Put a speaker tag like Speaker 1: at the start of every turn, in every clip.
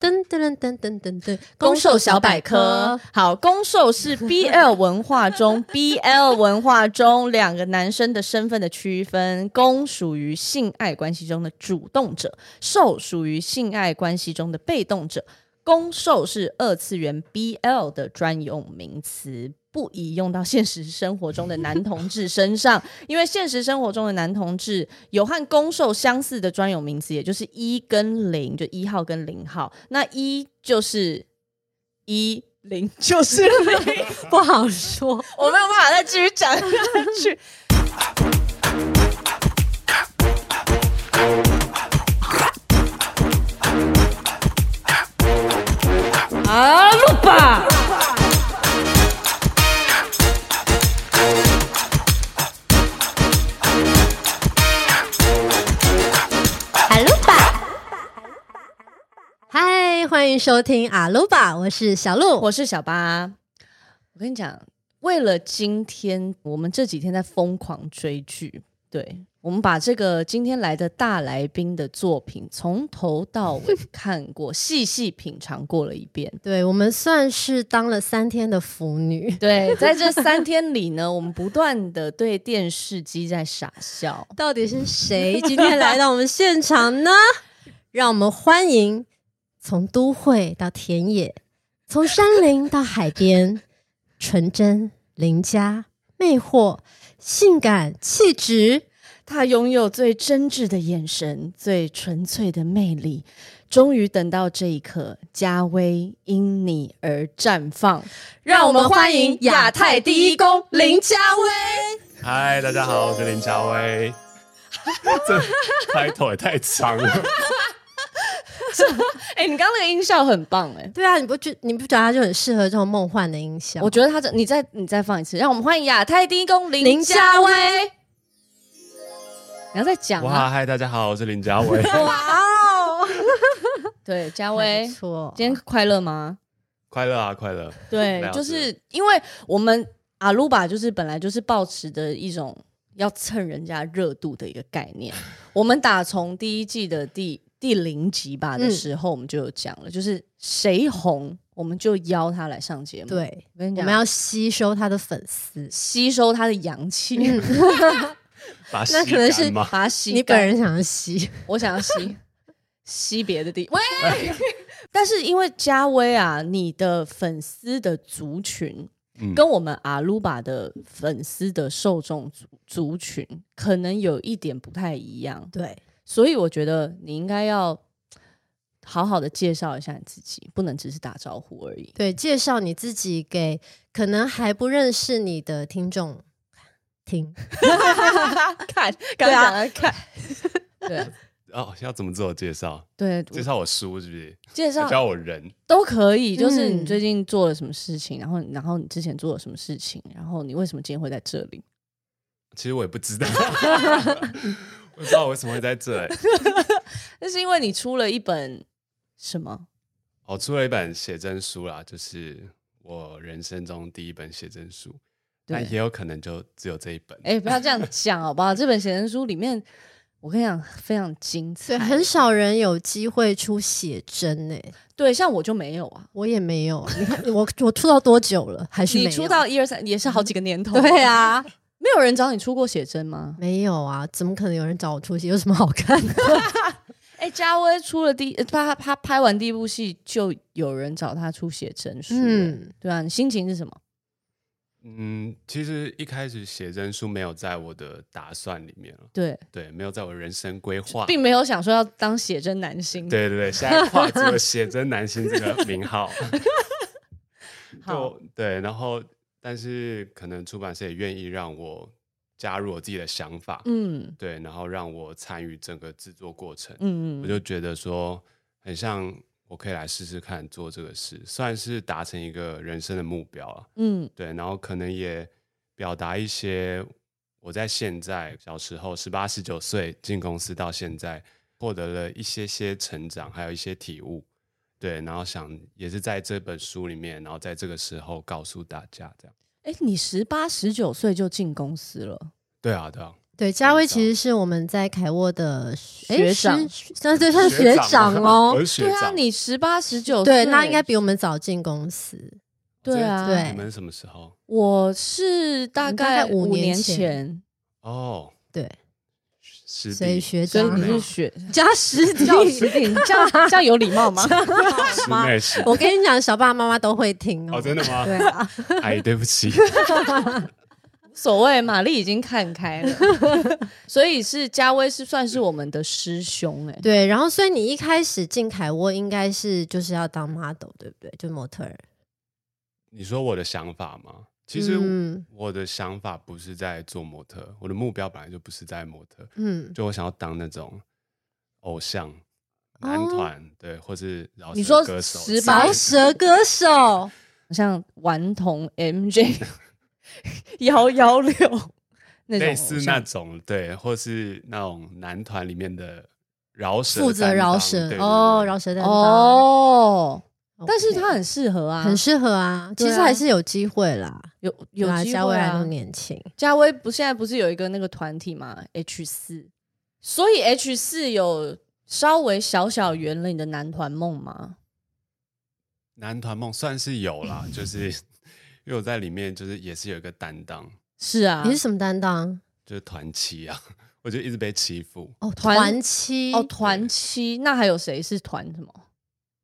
Speaker 1: 噔噔噔噔噔噔，
Speaker 2: 攻受小百科，好，攻受 是 BL 文化中 BL 文化中两个男生的身份的区分，攻属于性爱关系中的主动者，受属于性爱关系中的被动者。攻受是二次元 BL 的专用名词，不宜用到现实生活中的男同志身上，因为现实生活中的男同志有和攻受相似的专有名词，也就是一跟零，就一号跟零号。那一就是一，零 就是零。
Speaker 1: 不好说。
Speaker 2: 我没有办法再继续讲下去。啊，录吧！
Speaker 1: 阿鲁巴，嗨，欢迎收听阿鲁巴，我是小鹿。
Speaker 2: 我是小八。我跟你讲，为了今天，我们这几天在疯狂追剧。对，我们把这个今天来的大来宾的作品从头到尾看过，细细品尝过了一遍。
Speaker 1: 对我们算是当了三天的腐女，
Speaker 2: 对，在这三天里呢，我们不断的对电视机在傻笑。
Speaker 1: 到底是谁今天来到我们现场 呢？让我们欢迎从都会到田野，从山林到海边，纯真、邻家、魅惑、性感、气质。
Speaker 2: 他拥有最真挚的眼神，最纯粹的魅力。终于等到这一刻，嘉威因你而绽放。让我们欢迎亚太第一宫林嘉威。
Speaker 3: 嗨，大家好，我是林家威。这开头也太长了，
Speaker 2: 哎、你刚刚那个音效很棒哎、
Speaker 1: 对啊，你不觉你不觉得他就很适合这种梦幻的音效？
Speaker 2: 我觉得他这，你再你再放一次，让我们欢迎亚太第一宫林嘉威。你要再讲
Speaker 3: 哇！
Speaker 2: 啊！
Speaker 3: 嗨，大家好，我是林家威。
Speaker 2: 哇哦，对，嘉
Speaker 1: 还
Speaker 2: 威
Speaker 1: 不，错，
Speaker 2: 今天快乐吗？
Speaker 3: 快乐啊，快乐！
Speaker 2: 对，
Speaker 3: 了解
Speaker 2: 就是因为我们阿鲁巴就是本来就是抱持的一种要蹭人家热度的一个概念。我们打从第一季的第第零集吧的
Speaker 1: 嗯
Speaker 2: 时候，我们就有讲了，就是谁红我们就邀他来上节目。，
Speaker 1: 对，
Speaker 2: 我跟你
Speaker 1: 我
Speaker 2: 讲，
Speaker 1: 们要吸收他的粉丝。
Speaker 2: 吸收他的阳气，
Speaker 3: 把戏
Speaker 1: 那可能是
Speaker 3: 干
Speaker 2: 把
Speaker 3: 嘛？
Speaker 2: 他吸干。
Speaker 1: 你本人想要吸，
Speaker 2: 我想要吸 吸别的地喂，但是因为嘉威啊，你的粉丝的族群。
Speaker 3: 嗯
Speaker 2: 跟我们阿鲁巴的粉丝的受众族族群可能有一点不太一样，
Speaker 1: 对，
Speaker 2: 所以我觉得你应该要好好的介绍一下你自己，不能只是打招呼 而已。
Speaker 1: 对，介绍你自己给可能还不认识你的听众听。
Speaker 2: 看，
Speaker 1: 刚讲
Speaker 2: 的看，啊 对啊
Speaker 3: 哦，要怎么自我介绍？
Speaker 2: 对，
Speaker 3: 介绍我书是不是？
Speaker 2: 介绍
Speaker 3: 还教我人？
Speaker 2: 都可以，就是
Speaker 1: 嗯
Speaker 2: 你最近做了什么事情，然后然后你之前做了什么事情，然后你为什么今天会在这里？
Speaker 3: 其实我也不知道，我不知道我为什么会在这里。
Speaker 2: 那是因为你出了一本什么？
Speaker 3: 我哦出了一本写真书啦，就是我人生中第一本写真书，但也
Speaker 2: 对，
Speaker 3: 有可能就只有这一本。
Speaker 2: 哎、不要 这样讲好不好？这本写真书里面，我跟你讲非常精彩，
Speaker 1: 对，很少人有机会出写真呢、
Speaker 2: 对，像我就没有啊。
Speaker 1: 我也没有。你看我我出道多久了，还是没
Speaker 2: 你
Speaker 1: 有
Speaker 2: 出道一二三也是好几个年头，
Speaker 1: 对，啊，
Speaker 2: 没有人找你出过写真吗？
Speaker 1: 没有啊，怎么可能有人找我出戏？有什么好看的？
Speaker 2: 哎、嘉威出了第呃他他拍完第一部戏就有人找他出写真书，嗯，
Speaker 1: 嗯，
Speaker 2: 对啊，你心情是什么？
Speaker 3: 嗯，其实一开始写真书没有在我的打算里面了，
Speaker 2: 对，
Speaker 3: 对，没有在我人生规划。
Speaker 2: 并没有想说要当写真男星，，
Speaker 3: 对对对，现在跨足了写真男星这 个名号。
Speaker 2: 好
Speaker 3: 就对，然后但是可能出版社也愿意让我加入我自己的想法，
Speaker 2: 嗯
Speaker 3: 对，然后让我参与整个制作过程。
Speaker 2: 嗯，
Speaker 3: 我就觉得说，很像我可以来试试看做这个事，算是达成一个人生的目标了。
Speaker 2: 嗯
Speaker 3: 对，然后可能也表达一些我在现在小时候十八十九岁进公司到现在获得了一些些成长，还有一些体悟。对，然后想也是在这本书里面，然后在这个时候告诉大家这样。
Speaker 2: 哎、你十八十九岁就进公司了，
Speaker 3: 对啊，对啊，
Speaker 1: 对，嘉威其实是我们在凯沃的诶
Speaker 2: 学长
Speaker 1: 师算对算学长
Speaker 3: 吗
Speaker 1: 哦
Speaker 3: 我。是学
Speaker 2: 对啊，
Speaker 3: 长。
Speaker 2: 你十八十九，
Speaker 1: 对，那应该比我们早进公司。
Speaker 2: 对啊。
Speaker 1: 对
Speaker 3: 你们什么时候？
Speaker 2: 我是大
Speaker 1: 你大概
Speaker 2: 概
Speaker 1: 五
Speaker 2: 五
Speaker 1: 年
Speaker 2: 年
Speaker 1: 前
Speaker 2: 前，
Speaker 3: 哦，
Speaker 1: 对，
Speaker 3: 师
Speaker 1: 所以
Speaker 3: 弟
Speaker 1: 学
Speaker 2: 所以
Speaker 1: 长啊
Speaker 2: 你
Speaker 1: 好
Speaker 2: 是学
Speaker 1: 加实体
Speaker 2: 叫实体，这 样这样有礼貌吗？
Speaker 3: 师
Speaker 1: 吗？
Speaker 3: 妹是
Speaker 1: 我跟你讲，小爸妈妈都会听
Speaker 3: 哦，真的吗？
Speaker 1: 对啊，
Speaker 3: 哎，对 不起，
Speaker 2: 无所谓，玛丽已经看开了， 所以是嘉威是算是我们的师兄哎、
Speaker 1: 对。然后，所以你一开始进凯沃应该是就是要当 model，对不对？就模特儿。
Speaker 3: 你说我的想法吗？其实
Speaker 1: 嗯
Speaker 3: 我的想法不是在做模特，我的目标本来就不是在模特，
Speaker 1: 嗯，
Speaker 3: 就我想要当那种偶像男团，对，或是饶
Speaker 2: 你
Speaker 3: 舌
Speaker 2: 说
Speaker 3: 歌手之类
Speaker 2: 十
Speaker 3: 的。
Speaker 2: 八
Speaker 1: 饶舌歌 手，
Speaker 2: 好像顽童 MJ 幺幺六那种
Speaker 3: 类
Speaker 2: 偶
Speaker 3: 似那
Speaker 2: 像，
Speaker 3: 种，对，或是那种男团里面的饶舌担当，
Speaker 1: 负责饶舌
Speaker 3: 对
Speaker 1: 哦，饶。舌担当。
Speaker 2: 哦，
Speaker 1: OK，
Speaker 2: 但是他很适合啊，
Speaker 1: 很适合啊，
Speaker 2: 对
Speaker 1: 其
Speaker 2: 啊
Speaker 1: 实还是有机会啦。
Speaker 2: 有有
Speaker 1: 对啊
Speaker 2: 机
Speaker 1: 嘉
Speaker 2: 会
Speaker 1: 伟还
Speaker 2: 啊
Speaker 1: 都。年轻，
Speaker 2: 嘉威不现在不是有一个那个团体嘛 H 四，所以 H 四有稍微小小圆了你的男团梦吗？
Speaker 3: 对男团梦算是有啦，就是 因为我在里面就是也是有一个担当，
Speaker 2: 是啊
Speaker 1: 你，是什么担当？
Speaker 3: 就是团欺啊， 我就一直被欺负。
Speaker 1: 哦，
Speaker 2: 团
Speaker 1: 团七
Speaker 2: 哦，团七，那还有谁是团什么？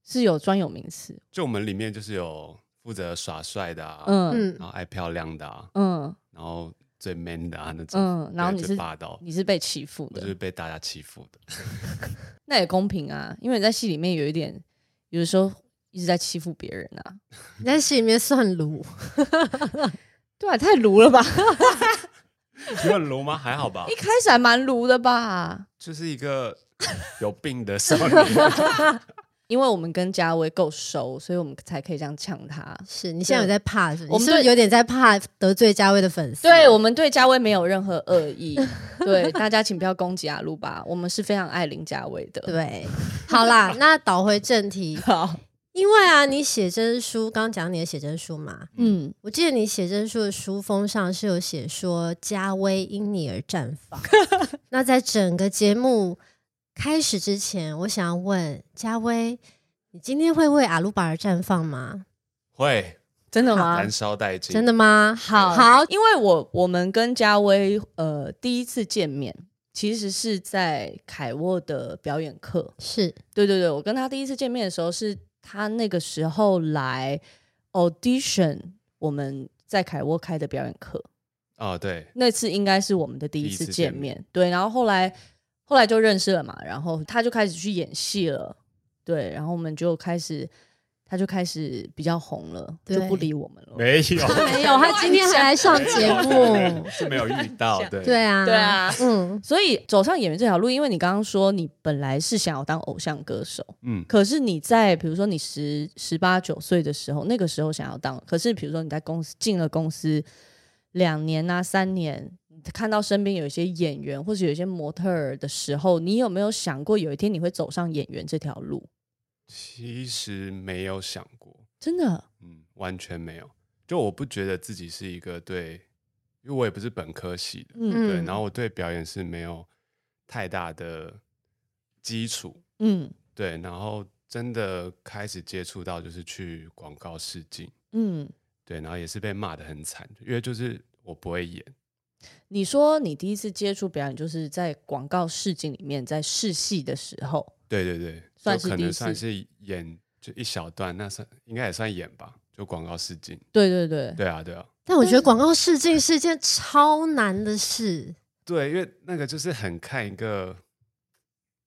Speaker 2: 是有专有名词？
Speaker 3: 就我们里面就是有负责耍帅的啊，
Speaker 2: 嗯
Speaker 1: 嗯
Speaker 3: 然后爱漂亮的啊，
Speaker 2: 嗯，
Speaker 3: 然后最 man 的啊那种，
Speaker 2: 嗯然后
Speaker 3: 对
Speaker 2: 你
Speaker 3: 最
Speaker 2: 是
Speaker 3: 霸道，
Speaker 2: 你是被欺负
Speaker 3: 我就是
Speaker 2: 的，
Speaker 3: 被大家欺负的。
Speaker 2: 那也公平啊，因为你在戏里面有一点，有的时候一直在欺负别人啊，
Speaker 1: 你在戏里面算卤，
Speaker 2: 对啊，太卢了吧？
Speaker 3: 你很卢吗？还好吧
Speaker 2: 一，开始还蛮卢的吧，
Speaker 3: 就是一个有病的少 女。
Speaker 2: 因为我们跟嘉威够熟，所以我们才可以这样呛他。
Speaker 1: 是你现在有在怕是不是？
Speaker 2: 我
Speaker 1: 我们
Speaker 2: 们
Speaker 1: 是不是
Speaker 2: 对
Speaker 1: 有点在怕得罪嘉威的粉丝？
Speaker 2: 对我们对嘉威没有任何恶意， 对大家请不要攻击阿鲁吧，我们是非常爱林嘉威的。，
Speaker 1: 对，好啦， 那倒回正题，
Speaker 2: 好，
Speaker 1: 因为啊，你写真书刚讲你的写真书嘛，
Speaker 2: 嗯，
Speaker 1: 我记得你写真书的书封上是有写说嘉威因你而绽放。 那在整个节目开始之前，我想要问嘉威，你今天会为阿鲁巴而绽放吗？
Speaker 3: 会
Speaker 2: 真的吗？
Speaker 3: 燃烧殆尽，
Speaker 1: 真的吗？
Speaker 2: 好，
Speaker 1: 好，
Speaker 2: 因为我我们跟嘉威呃第一次见面，其实是在凯沃的表演课。
Speaker 1: 是
Speaker 2: 对对对，我跟他第一次见面的时候，是他那个时候来 audition 我们在凯沃开的表演课，
Speaker 3: 哦，对，
Speaker 2: 那次应该是我们的第一次
Speaker 3: 第一次
Speaker 2: 见
Speaker 3: 见
Speaker 2: 面。对，然后后来后来就认识了嘛，然后他就开始去演戏了，对，然后我们就开始。他就开始比较红了，就
Speaker 1: 对
Speaker 2: 不理我们了。
Speaker 3: 没有，
Speaker 1: 没有，他今天还来上节目，
Speaker 3: 是没有遇到，对
Speaker 1: 对啊，
Speaker 2: 对，啊，
Speaker 1: 嗯，
Speaker 2: 所以走上演员这条路，因为你刚刚说你本来是想要当偶像歌手，
Speaker 3: 嗯，
Speaker 2: 可是你在比如说你十十八九岁的时候，那个时候想要当，可是比如说你在公司进了公司两年啊三年，你看到身边有一些演员或者有一些模特儿的时候，你有没有想过有一天你会走上演员这条路？
Speaker 3: 其实没有想过，
Speaker 2: 真的，
Speaker 3: 嗯，完全没有。就我不觉得自己是一个对，因为我也不是本科系的，
Speaker 2: 嗯
Speaker 3: 对，
Speaker 1: 嗯
Speaker 3: 然后我对表演是没有太大的基础，
Speaker 2: 嗯
Speaker 3: 对，然后真的开始接触到就是去广告试镜，
Speaker 2: 嗯，
Speaker 3: 对，然后也是被骂的很惨，因为就是我不会演，
Speaker 2: 你说你第一次接触表演就是在广告试镜里面，在试戏的时候，
Speaker 3: 对对对，
Speaker 2: 算
Speaker 3: 就是可
Speaker 2: 第一
Speaker 3: 能
Speaker 2: 次
Speaker 3: 算是演就一小段，那算应该也算演吧，就广告试镜，
Speaker 2: 对对对，
Speaker 3: 对啊，对啊。
Speaker 1: 但我觉得广告试镜是一件超难的事，
Speaker 3: 对，因为那个就是很看一个，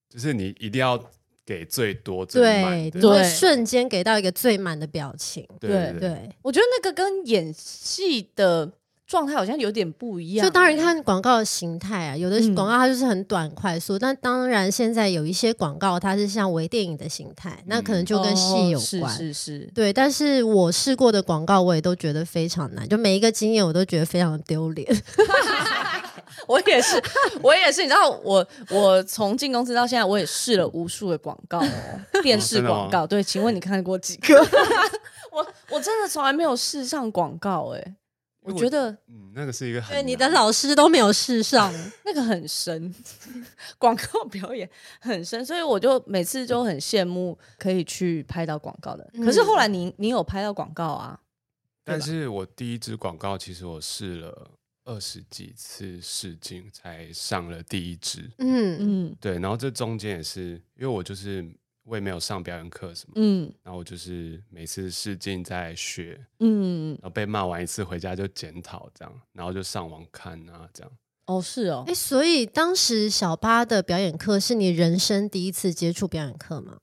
Speaker 3: 就是你一定要给最多最
Speaker 1: 对
Speaker 3: 满，的
Speaker 1: 你会
Speaker 2: 对
Speaker 1: 瞬间给到一个最满的表情，
Speaker 3: 对对，
Speaker 1: 对。
Speaker 2: 我觉得那个跟演戏的状态好像有点不一样。
Speaker 1: 就当然，看广告的形态啊，有的
Speaker 2: 嗯
Speaker 1: 广告它就是很短快速，但当然现在有一些广告它是像微电影的形态，那可能就跟戏有关。
Speaker 2: 哦是是是，
Speaker 1: 对，但是我试过的广告，我也都觉得非常难，就每一个经验我都觉得非常的丢脸。
Speaker 2: 我也是，我也是。你知道，我我从进公司到现在，我也试了无数的广告哦，电视
Speaker 3: 真的吗
Speaker 2: 广告。对， 请问你看过几个？我我真的从来没有试上广告哎、我觉得
Speaker 3: 嗯，那个是一个很
Speaker 1: 对，
Speaker 3: 难
Speaker 1: 你的老师都没有试上，
Speaker 2: 那个很深，广告表演很深，所以我就每次就很羡慕可以去拍到广告的。
Speaker 1: 嗯
Speaker 2: 可是后来你你有拍到广告啊？
Speaker 3: 但是我第一支广告，其实我试了二十几次试镜才上了第一支。
Speaker 1: 嗯
Speaker 2: 嗯
Speaker 3: 对，然后这中间也是因为我就是我也没有上表演课什么，
Speaker 2: 嗯
Speaker 3: 然后我就是每次试镜在学，
Speaker 2: 嗯，
Speaker 3: 然后被骂完一次回家就检讨这样，然后就上网看啊这样。
Speaker 2: 哦是哦
Speaker 1: 哎、，所以当时小八的表演课是你人生第一次接触表演课吗？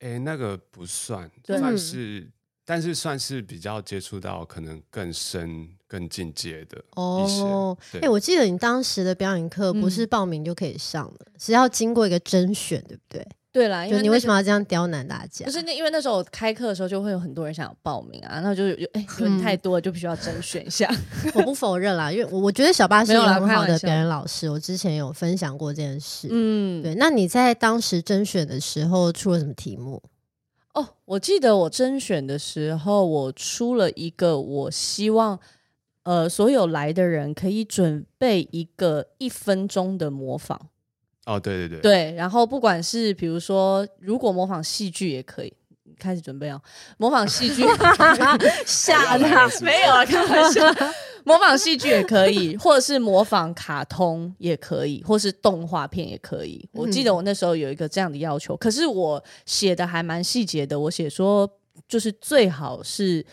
Speaker 3: 哎，那个不算，
Speaker 2: 对
Speaker 3: 算
Speaker 1: 嗯
Speaker 3: 是，但是算是比较接触到可能更深、更进阶的一些。
Speaker 1: 哦，哎、
Speaker 3: 对，
Speaker 1: 我记得你当时的表演课不是
Speaker 2: 嗯
Speaker 1: 报名就可以上的，是要经过一个甄选，对不对？
Speaker 2: 对啦，因
Speaker 1: 就
Speaker 2: 为
Speaker 1: 你
Speaker 2: 哎那
Speaker 1: 为
Speaker 2: 时
Speaker 1: 什么要这样刁难大家？
Speaker 2: 不是那，因为那时候我开课的时候就会有很多人想要报名啊，那就有哎、有人
Speaker 1: 嗯
Speaker 2: 太多了，就必须要甄选 一下。
Speaker 1: 我不否认啦，因为我我觉得小八是一
Speaker 2: 没
Speaker 1: 个
Speaker 2: 有啦
Speaker 1: 很好
Speaker 2: 开
Speaker 1: 的
Speaker 2: 玩笑
Speaker 1: 表演老师，我之前有分享过这件事。
Speaker 2: 嗯，
Speaker 1: 对，那你在当时甄选的时候出了什么题目？
Speaker 2: 哦，我记得我甄选的时候，我出了一个，我希望呃所有来的人可以准备一个一分钟的模仿，
Speaker 3: 哦，对对对，
Speaker 2: 对，然后不管是比如说，如果模仿戏剧也可以。开始准备哦，模仿戏剧吓
Speaker 3: 他
Speaker 2: 没有啊，开玩笑。模仿戏剧也可以，或者是模仿卡通也可以，或是动画片也可以。我记得我那时候有一个这样的要求，可是我写的还蛮细节的，我写说就是最好是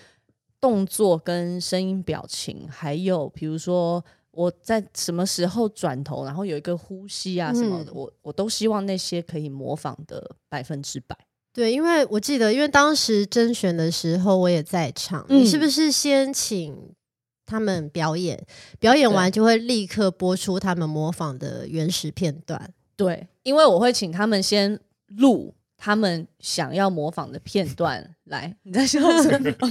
Speaker 2: 动作跟声音、表情，还有比如说。我在什么时候转头，然后有一个呼吸啊什么的，
Speaker 1: 嗯
Speaker 2: 我我都希望那些可以模仿的百分之百。
Speaker 1: 对，因为我记得，因为当时甄选的时候我也在场，
Speaker 2: 嗯
Speaker 1: 你是不是先请他们表演？表演完就会立刻播出他们模仿的原始片段。
Speaker 2: 对，因为我会请他们先录他们想要模仿的片段来。 你在笑什 么？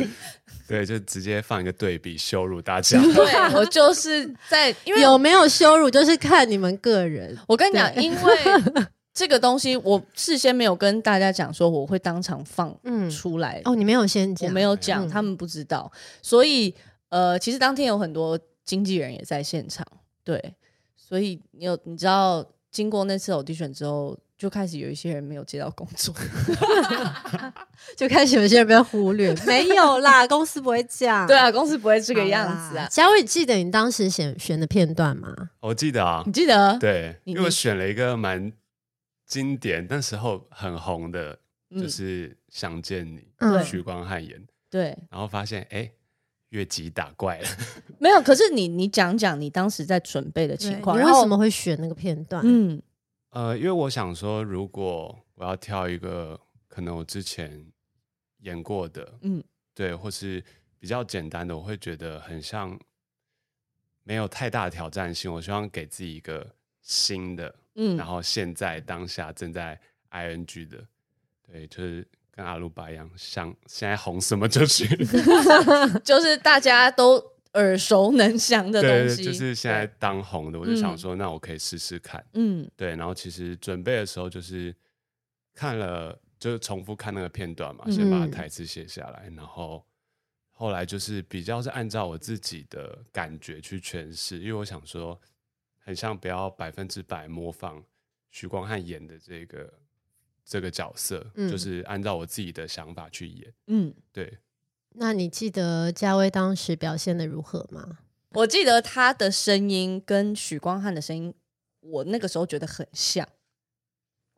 Speaker 3: 对，就直接放一个对比，羞辱大家。
Speaker 2: 对我就是在，因为
Speaker 1: 有没有羞辱，就是看你们个人。
Speaker 2: 我跟你讲，
Speaker 1: 对
Speaker 2: 因为这个东西我事先没有跟大家讲说我会当场放
Speaker 1: 嗯，
Speaker 2: 出来，
Speaker 1: 哦，你没有先讲，
Speaker 2: 我没有讲，
Speaker 1: 嗯
Speaker 2: 他们不知道。所以呃，其实当天有很多经纪人也在现场，对，所以你有你知道，经过那次 audition 之后，就开始有一些人没有接到工 作。
Speaker 1: 就开始有些人被忽 略，没有啦，公司不会讲。
Speaker 2: 对
Speaker 1: 好啦，
Speaker 2: 啊，公司不会这个样子啊。
Speaker 1: 嘉伟，记得你当时选选的片段吗？
Speaker 3: 我记得啊
Speaker 2: 你，记得？
Speaker 3: 对，
Speaker 2: 你
Speaker 3: 因为我
Speaker 2: 你
Speaker 3: 选了一个蛮经典，那时候很红的，
Speaker 2: 嗯
Speaker 3: 就是《想见你
Speaker 1: 嗯》，
Speaker 2: 对
Speaker 3: 许光汉演，
Speaker 2: 对，
Speaker 3: 然后发现哎，越级打怪了。
Speaker 2: 没有。可是你你讲讲你当时在准备的情况，
Speaker 1: 你
Speaker 2: 然
Speaker 1: 为
Speaker 2: 后
Speaker 1: 什么会选那个片段？
Speaker 2: 嗯
Speaker 3: 呃，因为我想说，如果我要挑一个可能我之前演过的，
Speaker 2: 嗯
Speaker 3: 对，或是比较简单的，我会觉得很像没有太大的挑战性。我希望给自己一个新的，
Speaker 2: 嗯
Speaker 3: 然后现在当下正在 ing 的，对，就是跟阿鲁巴一样，想现在红什么就去，
Speaker 2: 就是大家都耳熟能详的东
Speaker 3: 对，
Speaker 2: 西，
Speaker 3: 就是现在
Speaker 2: 对
Speaker 3: 当红的，我就
Speaker 2: 嗯
Speaker 3: 想说，那我可以试试看。
Speaker 2: 嗯
Speaker 3: 对，然后其实准备的时候就是看了，就是重复看那个片段嘛，
Speaker 2: 嗯
Speaker 3: 先把台词写下来，然后后来就是比较是按照我自己的感觉去诠释，因为我想说，很像不要百分之百模仿徐光汉演的这个这个角色，
Speaker 1: 嗯
Speaker 3: 就是按照我自己的想法去演。
Speaker 2: 嗯。
Speaker 3: 对，
Speaker 1: 那你记得嘉威当时表现的如何吗？
Speaker 2: 我记得他的声音跟许光汉的声音，我那个时候觉得很像。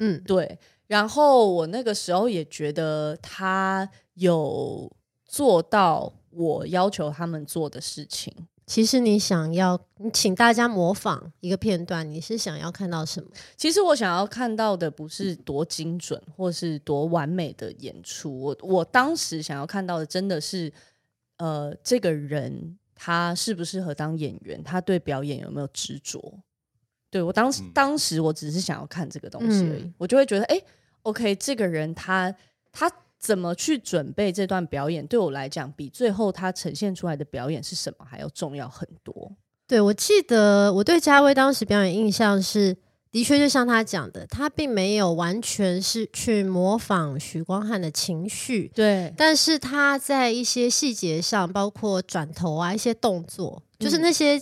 Speaker 1: 嗯，
Speaker 2: 对，然后我那个时候也觉得他有做到我要求他们做的事情。
Speaker 1: 其实你想要，你请大家模仿一个片段，你是想要看到什么？
Speaker 2: 其实我想要看到的不是多精准或是多完美的演出，我我当时想要看到的真的是，呃，这个人他适不适合当演员，他对表演有没有执着？对我当时、
Speaker 3: 嗯
Speaker 2: 当时我只是想要看这个东西而已，
Speaker 1: 嗯
Speaker 2: 我就会觉得，哎，OK，这个人他他怎么去准备这段表演，对我来讲比最后他呈现出来的表演是什么还要重要很多。
Speaker 1: 对我记得我对嘉威当时表演印象是的确就像他讲的，他并没有完全是去模仿许光汉的情绪，
Speaker 2: 对，
Speaker 1: 但是他在一些细节上，包括转头啊，一些动作，就是
Speaker 2: 嗯
Speaker 1: 那些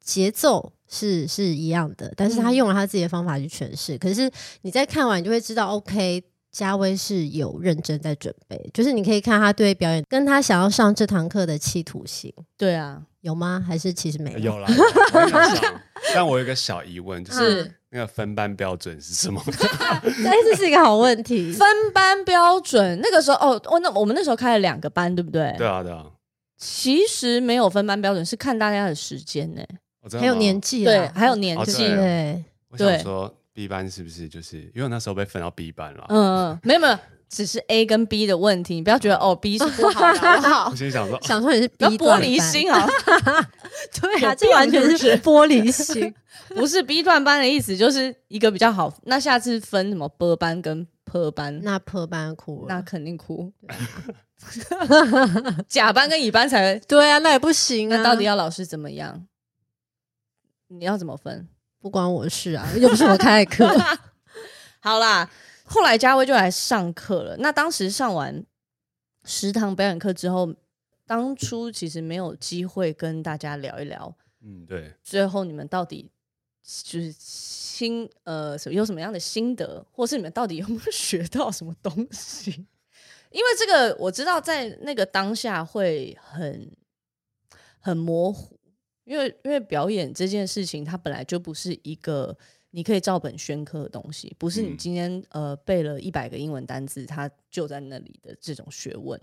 Speaker 1: 节奏是是一样的，但是他
Speaker 2: 嗯
Speaker 1: 用了他自己的方法去诠释。可是你在看完，你就会知道，OK，嘉威是有认真在准备，就是你可以看他对表演，跟他想要上这堂课的企图心
Speaker 2: 对啊，
Speaker 1: 有吗？还是其实没有？
Speaker 3: 呃 有啦，有啦我有 上但我有一个小疑问，就
Speaker 1: 嗯
Speaker 3: 是那个分班标准是什么？
Speaker 1: 哎， 这是一个好问 题。
Speaker 2: 分班标准那个时候哦哦，那我们那时候开了两个班，对不对？
Speaker 3: 对啊，对啊，
Speaker 2: 其实没有分班标准，是看大家的时间呢、
Speaker 3: 我哦真的
Speaker 1: 还有
Speaker 3: 吗
Speaker 1: 年纪啊嗯啦，
Speaker 2: 对，啊还有年
Speaker 3: 哦
Speaker 2: 纪。
Speaker 3: 对
Speaker 1: 对，
Speaker 3: 我想
Speaker 2: 对
Speaker 3: 说 B 班是不是就是因为我那时候被分到 B 班了？
Speaker 2: 嗯，没有没有，只是 A 跟 B 的问题，你不要觉得哦 B 是不好的，好不好
Speaker 3: 我？心里想 说，
Speaker 1: 想说你是
Speaker 2: 不要
Speaker 1: 逼
Speaker 2: 玻璃心啊，
Speaker 1: 对啊，
Speaker 2: 有
Speaker 1: 这
Speaker 2: 病
Speaker 1: 完全
Speaker 2: 是不
Speaker 1: 是
Speaker 2: 是
Speaker 1: 玻璃 心。
Speaker 2: 不是 B 段班的意思，就是一个比较好。那下次分什么波班跟坡班，
Speaker 1: 那破班哭
Speaker 2: 那
Speaker 1: 了，
Speaker 2: 肯定 哭。甲班跟乙班才，
Speaker 1: 对啊，那也不行啊。
Speaker 2: 那到底要老师怎么样？你要怎么分？
Speaker 1: 不关我事啊，又不是我开 的课。
Speaker 2: 好啦，后来嘉威就来上课了。那当时上完十堂表演课之后，当初其实没有机会跟大家聊一聊，
Speaker 3: 嗯，对，
Speaker 2: 最后你们到底就是心呃什么有什么样的心得，或是你们到底有没有学到什么东西？因为这个我知道，在那个当下会很很模糊，因为因为表演这件事情，它本来就不是一个你可以照本宣科的东西，不是你
Speaker 3: 嗯
Speaker 2: 今天、呃背了一百个英文单字，它就在那里的这种学问，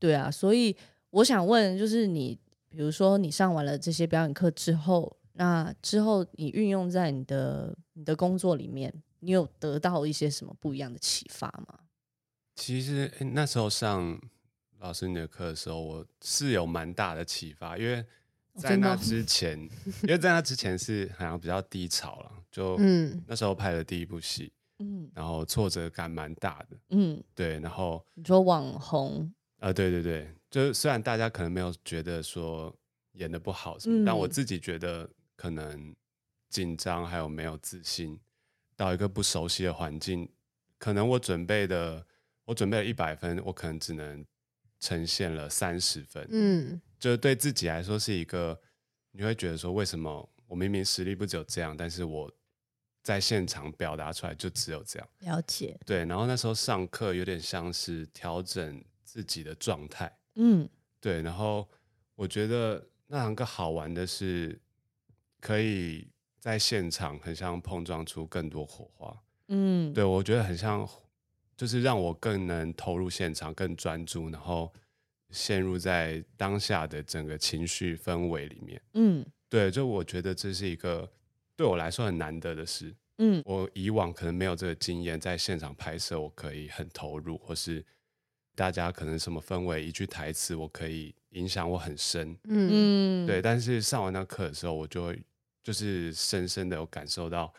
Speaker 2: 对啊，所以我想问，就是你比如说你上完了这些表演课之后，那之后你运用在你的你的工作里面，你有得到一些什么不一样的启发吗？
Speaker 3: 其实、诶那时候上老师你的课的时候，我是有蛮大的启发，因为在
Speaker 2: 真的
Speaker 3: 那
Speaker 2: 哦
Speaker 3: 之前，因为在那之前是好像比较低潮了，就
Speaker 1: 嗯，
Speaker 3: 那时候拍的第一部戏，
Speaker 2: 嗯
Speaker 3: 然后挫折感蛮大的，
Speaker 2: 嗯，
Speaker 3: 对，然后
Speaker 2: 你说网红，
Speaker 3: 呃，对对对，就是虽然大家可能没有觉得说演的不好什么，但我
Speaker 2: 嗯
Speaker 3: 自己觉得可能紧张还有没有自信，到一个不熟悉的环境，可能我准备的我准备了一百分，我可能只能呈现了三十分，
Speaker 1: 嗯，
Speaker 3: 就是对自己来说是一个，你会觉得说为什么我明明实力不只有这样，但是我在现场表达出来就只有这样。
Speaker 1: 了解。
Speaker 3: 对，然后那时候上课有点像是调整自己的状态，
Speaker 2: 嗯
Speaker 3: 对，然后我觉得那堂课好玩的是，可以在现场很像碰撞出更多火花。
Speaker 2: 嗯，
Speaker 3: 对我觉得很像，就是让我更能投入现场，更专注，然后陷入在当下的整个情绪氛围里面。
Speaker 2: 嗯
Speaker 3: 对，就我觉得这是一个对我来说很难得的事。
Speaker 2: 嗯
Speaker 3: 我以往可能没有这个经验，在现场拍摄，我可以很投入，或是大家可能什么氛围，一句台词，我可以影响我很深。
Speaker 1: 嗯，
Speaker 2: 嗯，
Speaker 3: 对，，但是上完那课的时候，我就会就是深深的有感受到，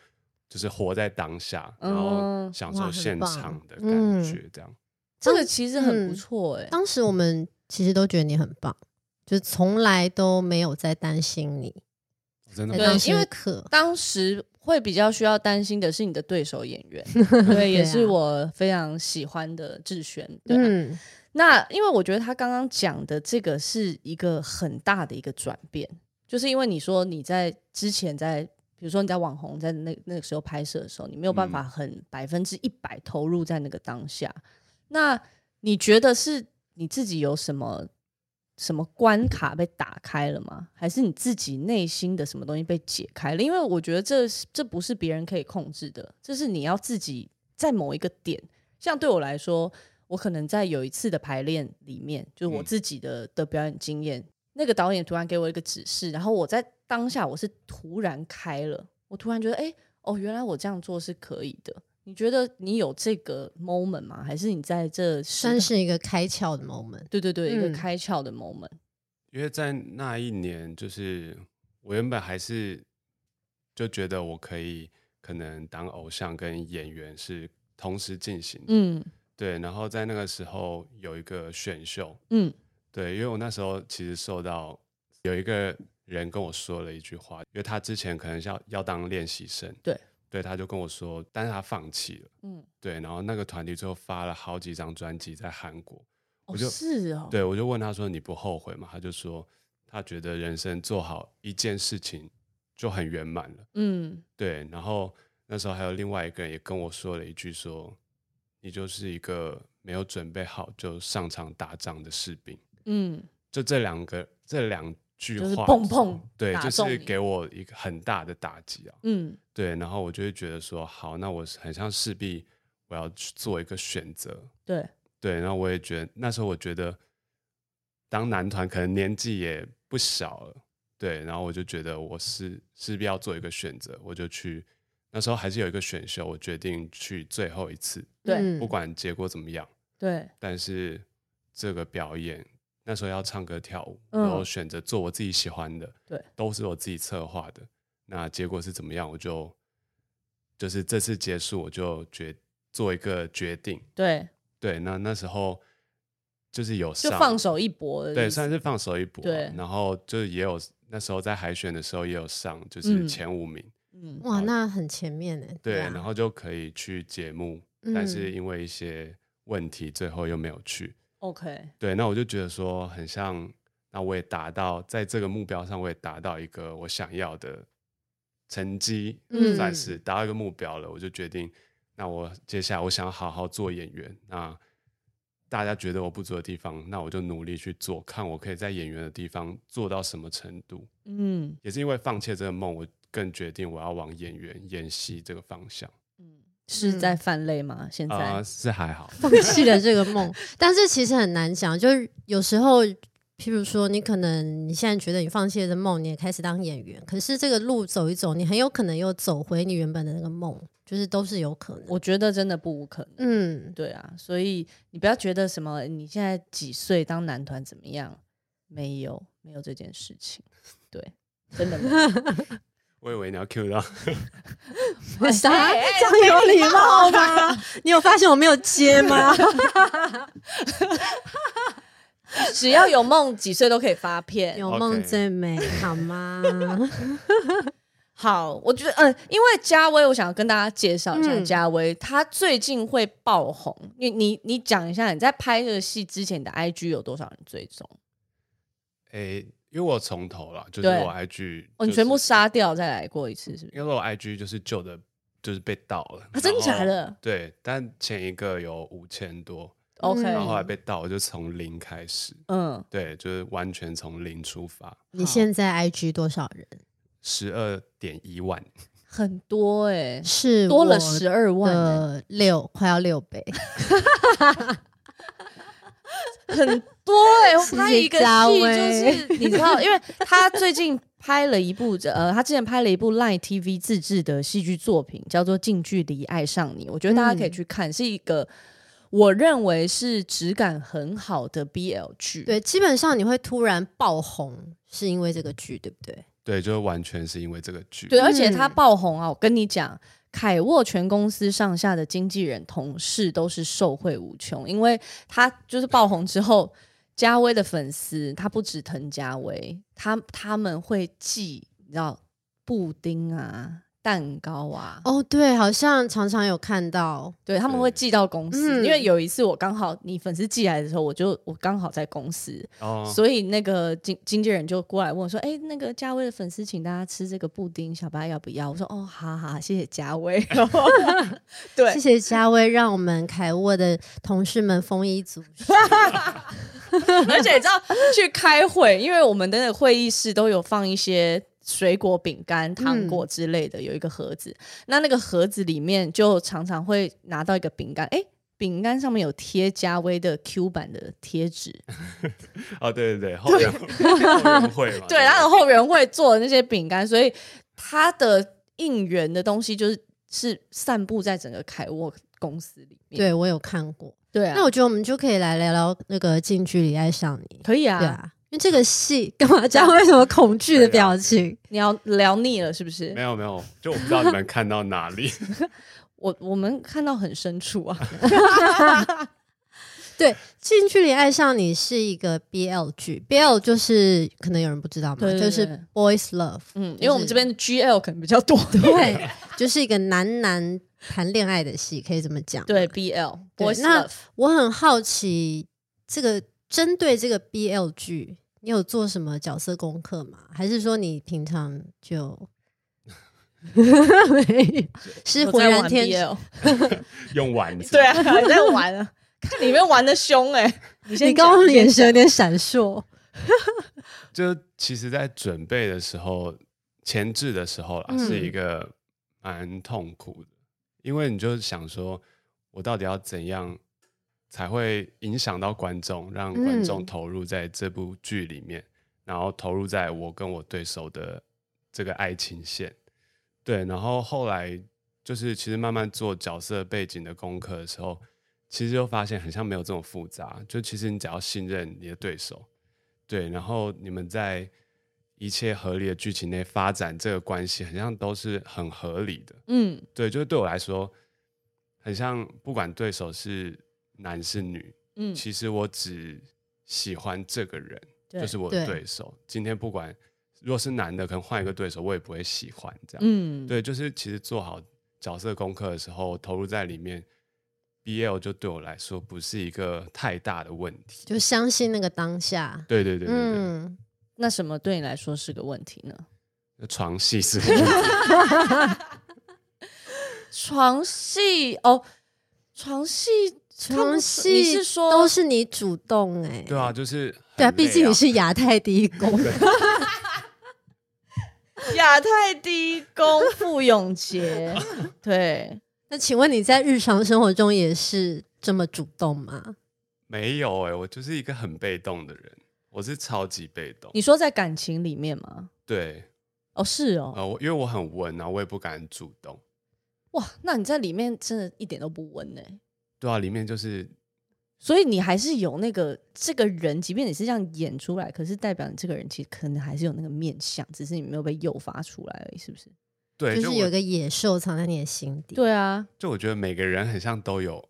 Speaker 3: 就是活在当下，然后
Speaker 2: 嗯
Speaker 3: 享
Speaker 1: 哇
Speaker 3: 受
Speaker 1: 很
Speaker 3: 现
Speaker 1: 棒
Speaker 3: 场的
Speaker 1: 嗯
Speaker 3: 感觉，这样。
Speaker 2: 这个其实很不
Speaker 1: 嗯
Speaker 2: 错哎、
Speaker 1: 当时我们其实都觉得你很棒，就是从来都没有在担心你
Speaker 3: 真的
Speaker 1: 在
Speaker 2: 对
Speaker 1: 当
Speaker 3: 吗？
Speaker 1: 时
Speaker 2: 因为
Speaker 1: 课。
Speaker 2: 当时会比较需要担心的是你的对手演 员，对，啊也是我非常喜欢的志轩。对啊、
Speaker 1: 嗯，
Speaker 2: 那因为我觉得他刚刚讲的这个是一个很大的一个转变，就是因为你说你在之前在，比如说你在网红在那那个时候拍摄的时候，你没有办法很百分之一百投入在那个当下。那你觉得是你自己有什么什么关卡被打开了吗？还是你自己内心的什么东西被解开了？因为我觉得这是这不是别人可以控制的，这是你要自己在某一个点。像对我来说，我可能在有一次的排练里面，就是我
Speaker 3: 嗯
Speaker 2: 自己的、的表演经验，那个导演突然给我一个指示，然后我在当下我是突然开了，我突然觉得，哎、哦，原来我这样做是可以的。你觉得你有这个 moment 吗？还是你在这十
Speaker 1: 算是一个开窍的 moment。
Speaker 2: 对对对，一
Speaker 1: 嗯
Speaker 2: 个开窍的 moment。
Speaker 3: 因为在那一年，就是我原本还是就觉得我可以可能当偶像跟演员是同时进行的，
Speaker 2: 嗯
Speaker 3: 对。然后在那个时候有一个选秀，
Speaker 2: 嗯
Speaker 3: 对，因为我那时候其实受到有一个人跟我说了一句话，因为他之前可能要要当练习生，
Speaker 2: 对
Speaker 3: 对，他就跟我说，但是他放弃了。
Speaker 2: 嗯，
Speaker 3: 对，然后那个团体最后发了好几张专辑在韩国，
Speaker 2: 哦
Speaker 3: 我就是
Speaker 2: 哦，
Speaker 3: 对，我就问他说：“你不后悔吗？”他就说：“他觉得人生做好一件事情就很圆满了。
Speaker 2: 嗯”
Speaker 3: 对，然后那时候还有另外一个人也跟我说了一句说：“你就是一个没有准备好就上场打仗的士兵。
Speaker 2: 嗯，”
Speaker 3: 就这两个这两句
Speaker 2: 就是
Speaker 3: 话，
Speaker 2: 砰砰
Speaker 3: 对，
Speaker 2: 打
Speaker 3: 就
Speaker 2: 中
Speaker 3: 是
Speaker 2: 你
Speaker 3: 给我一个很大的打击啊。
Speaker 2: 嗯
Speaker 3: 对，然后我就会觉得说：“好，那我是很像势必我要去做一个选择。”
Speaker 2: 对，
Speaker 3: 对，然后我也觉得那时候我觉得当男团可能年纪也不小了，对，然后我就觉得我是势必要做一个选择，我就去那时候还是有一个选秀，我决定去最后一次，
Speaker 2: 对
Speaker 1: 嗯
Speaker 3: 不管结果怎么样，
Speaker 2: 对，
Speaker 3: 但是这个表演那时候要唱歌跳舞，
Speaker 2: 嗯
Speaker 3: 然后选择做我自己喜欢的，
Speaker 2: 对，
Speaker 3: 都是我自己策划的，那结果是怎么样，我就就是这次结束我就决做一个决定。
Speaker 2: 对，
Speaker 3: 对，那那时候就是有
Speaker 2: 就
Speaker 3: 上
Speaker 2: 放，手一搏的意思，
Speaker 3: 对，算是放手一搏啊、
Speaker 2: 对
Speaker 3: 然后就是也有那时候在海选的时候也有上，就
Speaker 2: 嗯
Speaker 3: 是前五名，
Speaker 2: 嗯
Speaker 1: 哇，那很前面呢。
Speaker 3: 对，
Speaker 1: 啊
Speaker 3: 然后就可以去节目，但是
Speaker 1: 嗯
Speaker 3: 因为一些问题，最后又没有去。
Speaker 2: ，OK，
Speaker 3: 对，那我就觉得说很像，那我也达到在这个目标上，我也达到一个我想要的成绩，
Speaker 1: 嗯
Speaker 3: 算是达到一个目标了。我就决定，那我接下来我想好好做演员。那大家觉得我不足的地方，那我就努力去做，看我可以在演员的地方做到什么程度。
Speaker 2: 嗯
Speaker 3: 也是因为放弃了这个梦，我更决定我要往演员、演戏这个方向。
Speaker 2: 嗯，是
Speaker 1: 嗯
Speaker 2: 在犯累吗？现在、
Speaker 3: 啊、是还 好，
Speaker 1: 放弃了这个梦，但是其实很难讲，就是有时候。譬如说，你可能你现在觉得你放弃了这梦，你也开始当演员，可是这个路走一走，你很有可能又走回你原本的那个梦，就是都是有可能。
Speaker 2: 我觉得真的不无可能。
Speaker 1: 嗯，
Speaker 2: 对啊，所以你不要觉得什么你现在几岁当男团怎么样，没有没有这件事情，对，真 的没有
Speaker 3: 我以为你要 cue 到。
Speaker 1: 啥这样有礼貌吗？哎 你有发现我没有接 吗？
Speaker 2: 只要有梦，几岁都可以发片。
Speaker 1: 有梦
Speaker 3: OK
Speaker 1: 最美，好吗？
Speaker 2: 好，我觉得，呃，因为嘉威，我想要跟大家介绍一下
Speaker 1: 嗯
Speaker 2: 嘉威，他最近会爆红。你你你讲一下，你在拍这个戏之前，你的 IG 有多少人追踪？
Speaker 3: 诶、因为我从头了，就是
Speaker 2: 对
Speaker 3: 我 IG，
Speaker 2: 哦，你
Speaker 3: 就
Speaker 2: 全部
Speaker 3: 是
Speaker 2: 杀掉再来过一次，是不是？
Speaker 3: 因为我 IG 就是旧的，就是被盗了。
Speaker 2: 啊，真的假
Speaker 3: 然后？
Speaker 2: 的
Speaker 3: 对，但前一个有五千多，
Speaker 2: ？OK，
Speaker 3: 然后
Speaker 1: 嗯
Speaker 3: 后来被盗，我就从零开始。
Speaker 2: 嗯，
Speaker 3: 对，就是完全从零出发，
Speaker 1: 你现在 IG 多少人？
Speaker 3: 十二点一万。
Speaker 2: 很多哎、
Speaker 1: 欸是
Speaker 2: 多了
Speaker 1: 我嗯
Speaker 2: 十二万、欸，
Speaker 1: 的六，快要六倍。
Speaker 2: 很多哎、我拍一个戏就是你知道，因为他最近拍了一部，呃，他之前拍了一部 Line TV 自制的戏剧作品，叫做《近距离爱上你》，我觉得大家可以去看，是一个我认为是质感很好的 BL 剧。
Speaker 1: 对，基本上你会突然爆红，是因为这个剧，对不对？
Speaker 3: 对，就是完全是因为这个剧。
Speaker 2: 对，而且他
Speaker 1: 嗯
Speaker 2: 爆红啊，我跟你讲。凯沃全公司上下的经纪人同事都是受惠无穷，因为他就是爆红之后，嘉威的粉丝他不止滕嘉威，他他们会寄你知道布丁啊、蛋糕啊，
Speaker 1: 哦，对，好像常常有看到，
Speaker 2: 对他们会
Speaker 3: 对
Speaker 2: 寄到公司。
Speaker 1: 嗯
Speaker 2: 因为有一次我刚好你粉丝寄来的时候，我就我刚好在公司，
Speaker 3: 哦，
Speaker 2: 所以那个经经纪人就过来问我说：“哎、那个嘉威的粉丝请大家吃这个布丁，小白要不要？”我说：“哦，好好，谢谢嘉威。”对
Speaker 1: 谢，谢嘉威，让我们凯沃的同事们丰衣足食。
Speaker 2: 而且你知道去开会，因为我们的那个会议室都有放一些水果、饼干、糖果之类的，有一个盒子。那那个盒子里面就常常会拿到一个饼干，哎、饼干上面有贴嘉威的 Q 版的贴纸，
Speaker 3: 哦，对对对，后 援后援会嘛。
Speaker 2: 对，他的后援会做的那些饼干，所以他的应援的东西就是是散布在整个凯沃公司里面。
Speaker 1: 对我有看过，
Speaker 2: 对啊，
Speaker 1: 那我觉得我们就可以来聊聊那个《近距离爱上你》。
Speaker 2: 可以啊，啊
Speaker 1: 对啊，因为这个戏干嘛嘉威什么恐惧的表情？
Speaker 2: 你要聊腻了是不是
Speaker 3: 没？有没有，就我不知道你们看到哪里。
Speaker 2: 我我们看到很深处啊，
Speaker 1: 对，《近距离爱上你》是一个 BL 剧，BL 就是可能有人不知道嘛，
Speaker 2: 对对
Speaker 1: 就
Speaker 2: 对
Speaker 1: 是 boys love，
Speaker 2: 嗯，
Speaker 1: 就
Speaker 2: 因为我们
Speaker 1: 是
Speaker 2: 这边 GL 可能比较多，
Speaker 1: 对，就是一个男男谈恋爱的戏，可以这么讲。
Speaker 2: 对 BL，
Speaker 1: 对
Speaker 2: boys
Speaker 1: 那
Speaker 2: love
Speaker 1: 我很好奇，这个针对这个 BL 剧，你有做什么角色功课吗？还是说你平常 就没有，是
Speaker 2: 我
Speaker 1: 浑
Speaker 2: 在玩
Speaker 1: 然天成？
Speaker 2: BL，
Speaker 3: 用丸子。
Speaker 2: 对啊，你在玩啊，看你们玩的凶哎、你先
Speaker 1: 你刚
Speaker 2: 讲
Speaker 1: 刚眼
Speaker 2: 先
Speaker 1: 神有点闪烁，
Speaker 3: 就其实，在准备的时候，前置的时候啦，
Speaker 1: 嗯
Speaker 3: 是一个蛮痛苦的，因为你就想说，我到底要怎样才会影响到观众，让观众
Speaker 1: 嗯
Speaker 3: 投入在这部剧里面，然后投入在我跟我对手的这个爱情线。对，然后后来就是其实慢慢做角色背景的功课的时候，其实就发现很像没有这么复杂，就其实你只要信任你的对手，对，然后你们在一切合理的剧情内发展这个关系，很像都是很合理的。
Speaker 2: 嗯，
Speaker 3: 对，就是对我来说，很像不管对手是男是女，
Speaker 2: 嗯
Speaker 3: 其实我只喜欢这个人，
Speaker 2: 对
Speaker 3: 就是我的
Speaker 1: 对
Speaker 3: 对手。今天不管如果是男的，可能换一个对手，我也不会喜欢这样。
Speaker 2: 嗯，
Speaker 3: 对，就是其实做好角色功课的时候，投入在里面，BL 就对我来说不是一个太大的问题。
Speaker 1: 就相信那个当下。
Speaker 3: 对对对对对，
Speaker 1: 嗯，
Speaker 2: 那什么对你来说是个问题呢？
Speaker 3: 那床戏是个问题
Speaker 2: 床戏哦，床戏，
Speaker 1: 床
Speaker 2: 你
Speaker 1: 戏
Speaker 2: 是说
Speaker 1: 都是你主动哎、
Speaker 3: 对啊，就是
Speaker 1: 对啊，
Speaker 3: 很
Speaker 1: 毕
Speaker 3: 累
Speaker 1: 竟
Speaker 3: 啊
Speaker 1: 你是亚太第一宫，
Speaker 2: 亚太第一宫傅永杰， 对，
Speaker 1: 那请问你在日常生活中也是这么主动吗？
Speaker 3: 没有哎、我就是一个很被动的人，我是超级被动。
Speaker 2: 你说在感情里面吗？
Speaker 3: 对，
Speaker 2: 哦，是哦，
Speaker 3: 呃，我因为我很稳啊，我也不敢主动。
Speaker 2: 哇，那你在里面真的一点都不温呢、欸
Speaker 3: 对啊，里面就是
Speaker 2: 所以你还是有那个这个人，即便你是这样演出来，可是代表你这个人其实可能还是有那个面相，只是你没有被诱发出来而已，是不是？
Speaker 3: 对，
Speaker 1: 就
Speaker 3: 就是我
Speaker 1: 有一个野兽藏在你的心底。
Speaker 2: 对啊，
Speaker 3: 就我觉得每个人很像都有，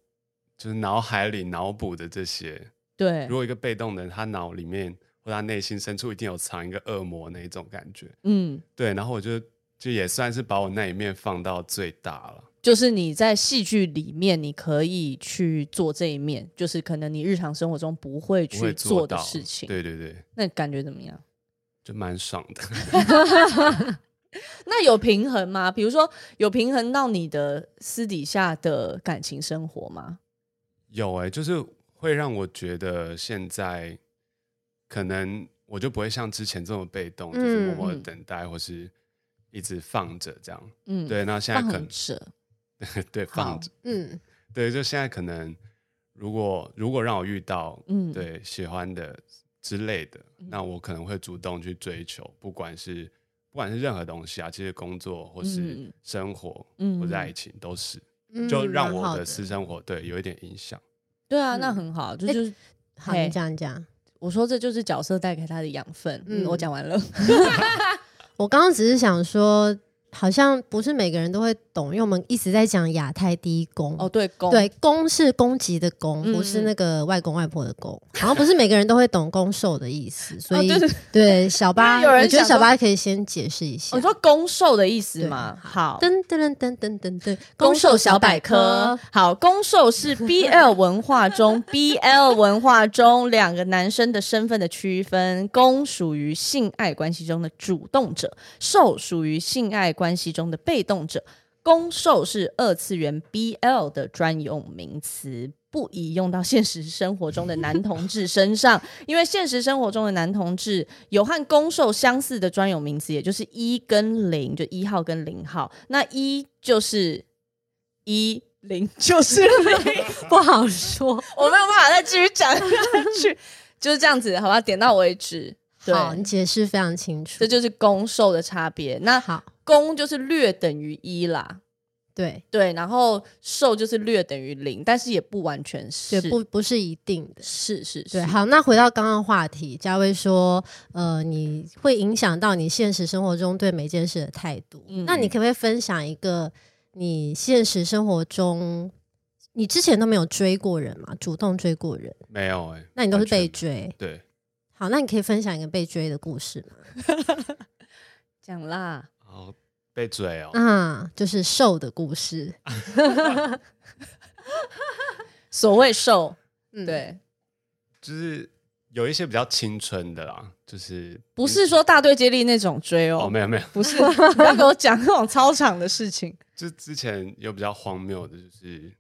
Speaker 3: 就是脑海里脑补的这些。
Speaker 2: 对
Speaker 3: 如，果一个被动的人，他脑里面或他内心深处一定有藏一个恶魔那一种感觉。
Speaker 2: 嗯，
Speaker 3: 对，然后我就就也算是把我那一面放到最大了。
Speaker 2: 就是你在戏剧里面，你可以去做这一面，就是可能你日常生活中不会
Speaker 3: 不
Speaker 2: 去
Speaker 3: 会做
Speaker 2: 的
Speaker 3: 到
Speaker 2: 事情。
Speaker 3: 对对对，
Speaker 2: 那感觉怎么样？
Speaker 3: 就蛮爽的。
Speaker 2: 那有平衡吗？比如说有平衡到你的私底下的感情生活吗？
Speaker 3: 有哎、就是会让我觉得现在可能我就不会像之前这么被动，就是默默的
Speaker 2: 嗯
Speaker 3: 等待或是一直放着这样。
Speaker 2: 嗯，，
Speaker 3: 对，那现在
Speaker 2: 放
Speaker 3: 可
Speaker 2: 很
Speaker 3: 能
Speaker 2: 舍。
Speaker 3: 对
Speaker 2: 好
Speaker 3: 放着，
Speaker 1: 嗯，
Speaker 3: 对，就现在可能如果如果让我遇到
Speaker 2: 嗯，，
Speaker 3: 对喜欢的之类的，那我可能会主动去追求，不管是不管是任何东西啊，其实工作或
Speaker 2: 嗯
Speaker 3: 是生活，
Speaker 2: 嗯
Speaker 3: 或是爱情都是，
Speaker 1: 嗯
Speaker 3: 就让
Speaker 1: 蛮
Speaker 3: 我
Speaker 1: 好
Speaker 3: 的
Speaker 1: 的
Speaker 3: 私生活对有一点影响。
Speaker 2: 对啊，
Speaker 1: 嗯
Speaker 2: 那很好，这
Speaker 1: 诶
Speaker 2: 就是
Speaker 1: 好，
Speaker 2: 嘿
Speaker 1: 你讲你讲。
Speaker 2: 我说这就是角色带给他的养分。嗯，
Speaker 1: 嗯
Speaker 2: 我讲 完了。
Speaker 1: 我刚刚只是想说，好像不是每个人都会懂，因为我们一直在讲亚太第一宫。
Speaker 2: 哦，对，公，
Speaker 1: 对，公是攻击的攻，
Speaker 2: 嗯
Speaker 1: 不是那个外公外婆的公。好像不是每个人都会 懂攻受的意思，所以、
Speaker 2: 哦对
Speaker 1: 对小
Speaker 2: 因
Speaker 1: 八，
Speaker 2: 为有人
Speaker 1: 我觉得
Speaker 2: 想说哦
Speaker 1: 小八可以先解释一下。
Speaker 2: 我说攻受的意思
Speaker 1: 对
Speaker 2: 嘛。好，
Speaker 1: 噔噔噔噔噔噔，
Speaker 2: 攻受小百科。。好，攻受是 BL 文化中 BL 文化中两个男生的身份的区分。攻属于性爱关系中的主动者，受属于性爱关系中的被动者。攻受是二次元 BL 的专用名词。不宜用到现实生活中的男同志身上，因为现实生活中的男同志有和攻受相似的专有名词，也就是一跟零，就一号跟零号。那一就是一，零 就是零，
Speaker 1: 不好说。
Speaker 2: 我没有办法再继续讲下去，就是这样子，好吧，点到为止。对，
Speaker 1: 好，你解释非常清楚。
Speaker 2: 这就是攻受的差别。那
Speaker 1: 好，
Speaker 2: 攻就是略等于一啦。
Speaker 1: 对，
Speaker 2: 对，然后受就是略等于零，但是也不完全是，
Speaker 1: 对，不不是一定的。
Speaker 2: 是是是，
Speaker 1: 对，好，那回到刚刚的话题，嘉威说，呃，你会影响到你现实生活中对每件事的态度。
Speaker 2: 嗯
Speaker 1: 那你可不可以分享一个你现实生活中你之前都没有追过人嘛？主动追过人，
Speaker 3: 没有哎、
Speaker 1: 那你都是
Speaker 3: 完全
Speaker 1: 被追。
Speaker 3: 对，
Speaker 1: 好，那你可以分享一个被追的故事吗？
Speaker 2: 讲啦，
Speaker 3: 然后被追哦、
Speaker 2: 嗯
Speaker 1: 啊，就是瘦的故事。
Speaker 2: 所谓瘦，
Speaker 1: 嗯，
Speaker 2: 对，
Speaker 3: 就是有一些比较青春的啦，就是
Speaker 2: 不是说大队接力那种追
Speaker 3: 哦，
Speaker 2: 哦，
Speaker 3: 没有没有，
Speaker 2: 不是， 你不要给我讲那种操场的事情。
Speaker 3: 就之前有比较荒谬的，就是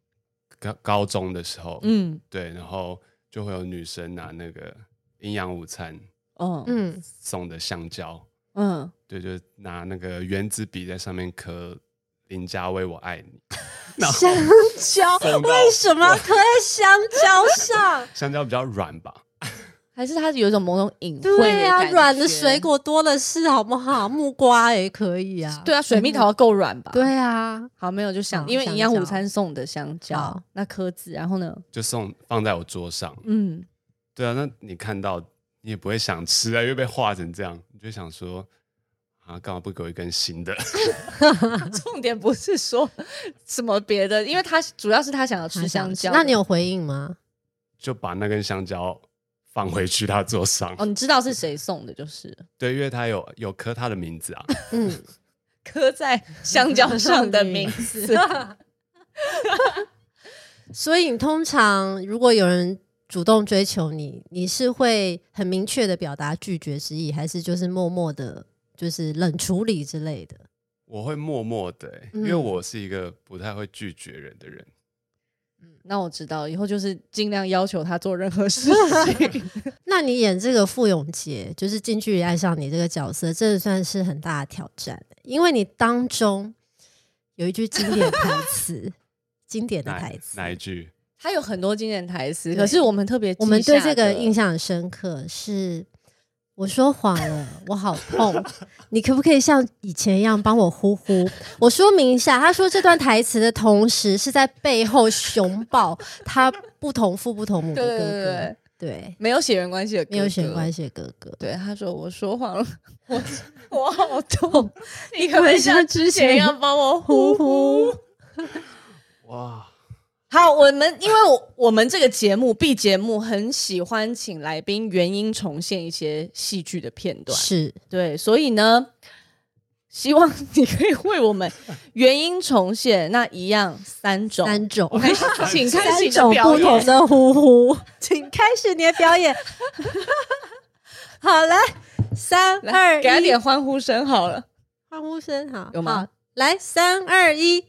Speaker 3: 高高中的时候，
Speaker 2: 嗯，
Speaker 3: 对，然后就会有女生拿那个营养午餐
Speaker 2: 哦，嗯
Speaker 1: 嗯，
Speaker 3: 送的香蕉，
Speaker 2: 嗯，
Speaker 3: 对，就拿那个圆珠笔在上面刻“林家威我爱你
Speaker 1: 香蕉
Speaker 3: 送到
Speaker 1: 为什么要刻在香蕉上？”，
Speaker 3: 香蕉比较软吧，
Speaker 2: 还是他有一种某种隐晦
Speaker 1: 对啊，
Speaker 2: 感觉
Speaker 1: 软的水，果多的是，好不好？木瓜也可以啊。
Speaker 2: 对啊，水蜜桃够软吧？，
Speaker 1: 对啊，
Speaker 2: 好，没有就想，
Speaker 1: 好
Speaker 2: 因为
Speaker 1: 香
Speaker 2: 营养午
Speaker 1: 蕉
Speaker 2: 餐送的香蕉
Speaker 1: 好，
Speaker 2: 那颗子，然后呢，
Speaker 3: 就送放在我桌上。
Speaker 2: 嗯，
Speaker 3: 对啊，那你看到你也不会想吃啊，因为被画成这样，你就想说啊，干嘛不给我一根新的？
Speaker 2: 重点不是说什么别的，因为他主要是他想要吃香蕉。
Speaker 1: 那你有回应吗？
Speaker 3: 就把那根香蕉放回去他桌上。
Speaker 2: 哦，你知道是谁送的，就是 了
Speaker 3: 对，因为他有有刻他的名字啊。
Speaker 1: 嗯，
Speaker 2: 刻在香蕉上的 名字。
Speaker 1: 所以你通常如果有人主动追求你，你是会很明确的表达拒绝之意，还是就是默默的，就是冷处理之类的？
Speaker 3: 我会默默的、欸因为
Speaker 1: 嗯
Speaker 3: 我是一个不太会拒绝人的人。
Speaker 2: 那我知道，以后就是尽量要求他做任何事 情。
Speaker 1: 那你演这个傅永杰，就是近距离爱上你这个角色，真的算是很大的挑战，因为你当中有一句经典台词，经典的
Speaker 3: 哪
Speaker 1: 台词
Speaker 3: 哪，一句？
Speaker 2: 他有很多经典台词，
Speaker 1: 对
Speaker 2: 可是我们特别记
Speaker 1: 我们对
Speaker 2: 下
Speaker 1: 这个
Speaker 2: 的
Speaker 1: 印象很深刻，是我说谎了，我好痛，你可不可以像以前一样帮我呼呼？我说明一下，他说这段台词的同时，是在背后熊抱他不同父不同母的
Speaker 2: 对对
Speaker 1: 哥
Speaker 2: 对
Speaker 1: 哥，
Speaker 2: 对，
Speaker 1: 对
Speaker 2: 没有血缘关系的哥哥，
Speaker 1: 没有血缘关
Speaker 2: 系。
Speaker 1: 系的哥 哥，
Speaker 2: 对，他说我说谎了，我我哦好痛，你可不
Speaker 1: 可
Speaker 2: 可以
Speaker 1: 以像
Speaker 2: 像之
Speaker 1: 之
Speaker 2: 前
Speaker 1: 前
Speaker 2: 一
Speaker 1: 一
Speaker 2: 样
Speaker 1: 样
Speaker 2: 帮我
Speaker 1: 呼
Speaker 2: 呼呼？
Speaker 1: 呼。
Speaker 3: 哇，
Speaker 2: 好，我们因为我我们这个节目 B 节目很喜欢请来宾原音重现一些戏剧的片段，
Speaker 1: 是
Speaker 2: 对，所以呢，希望你可以为我们原音重现那一样三种，
Speaker 1: 三种，
Speaker 2: 开始请开始
Speaker 1: 三
Speaker 2: 你的
Speaker 1: 种
Speaker 2: 表
Speaker 1: 不同
Speaker 2: 演。
Speaker 1: 的呼呼， 请开始你的表演。 好，来，三
Speaker 2: 来，
Speaker 1: 二
Speaker 2: 给他
Speaker 1: 一，
Speaker 2: 点欢呼声好了。
Speaker 1: 欢呼声，好，
Speaker 2: 有吗
Speaker 1: 好？来，三二一，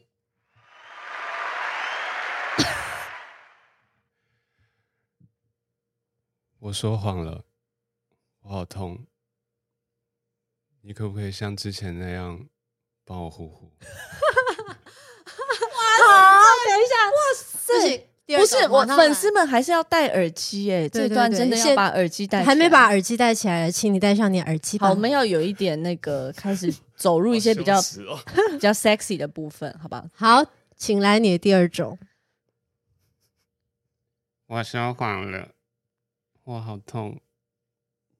Speaker 3: 我说谎了，我好痛。你可不可以像之前那样帮我呼呼？
Speaker 1: 好，等一下，哇塞，不行啊第二
Speaker 2: 啊不是
Speaker 1: 个
Speaker 2: 我
Speaker 1: 马上
Speaker 2: 粉
Speaker 1: 来
Speaker 2: 丝们还是要戴耳机哎，
Speaker 1: 对
Speaker 2: 这
Speaker 1: 对
Speaker 2: 段
Speaker 1: 对
Speaker 2: 真的要
Speaker 1: 现
Speaker 2: 把耳机戴起来，
Speaker 1: 还没把嗯耳机戴起来，请你戴上你的耳机吧。
Speaker 2: 好，我们要有一点那个开始走入一些比 较
Speaker 3: 好羞耻哦
Speaker 2: 比较 sexy 的部分，好不好？
Speaker 1: 好，请来你的第二种，
Speaker 3: 我说谎了，我好痛。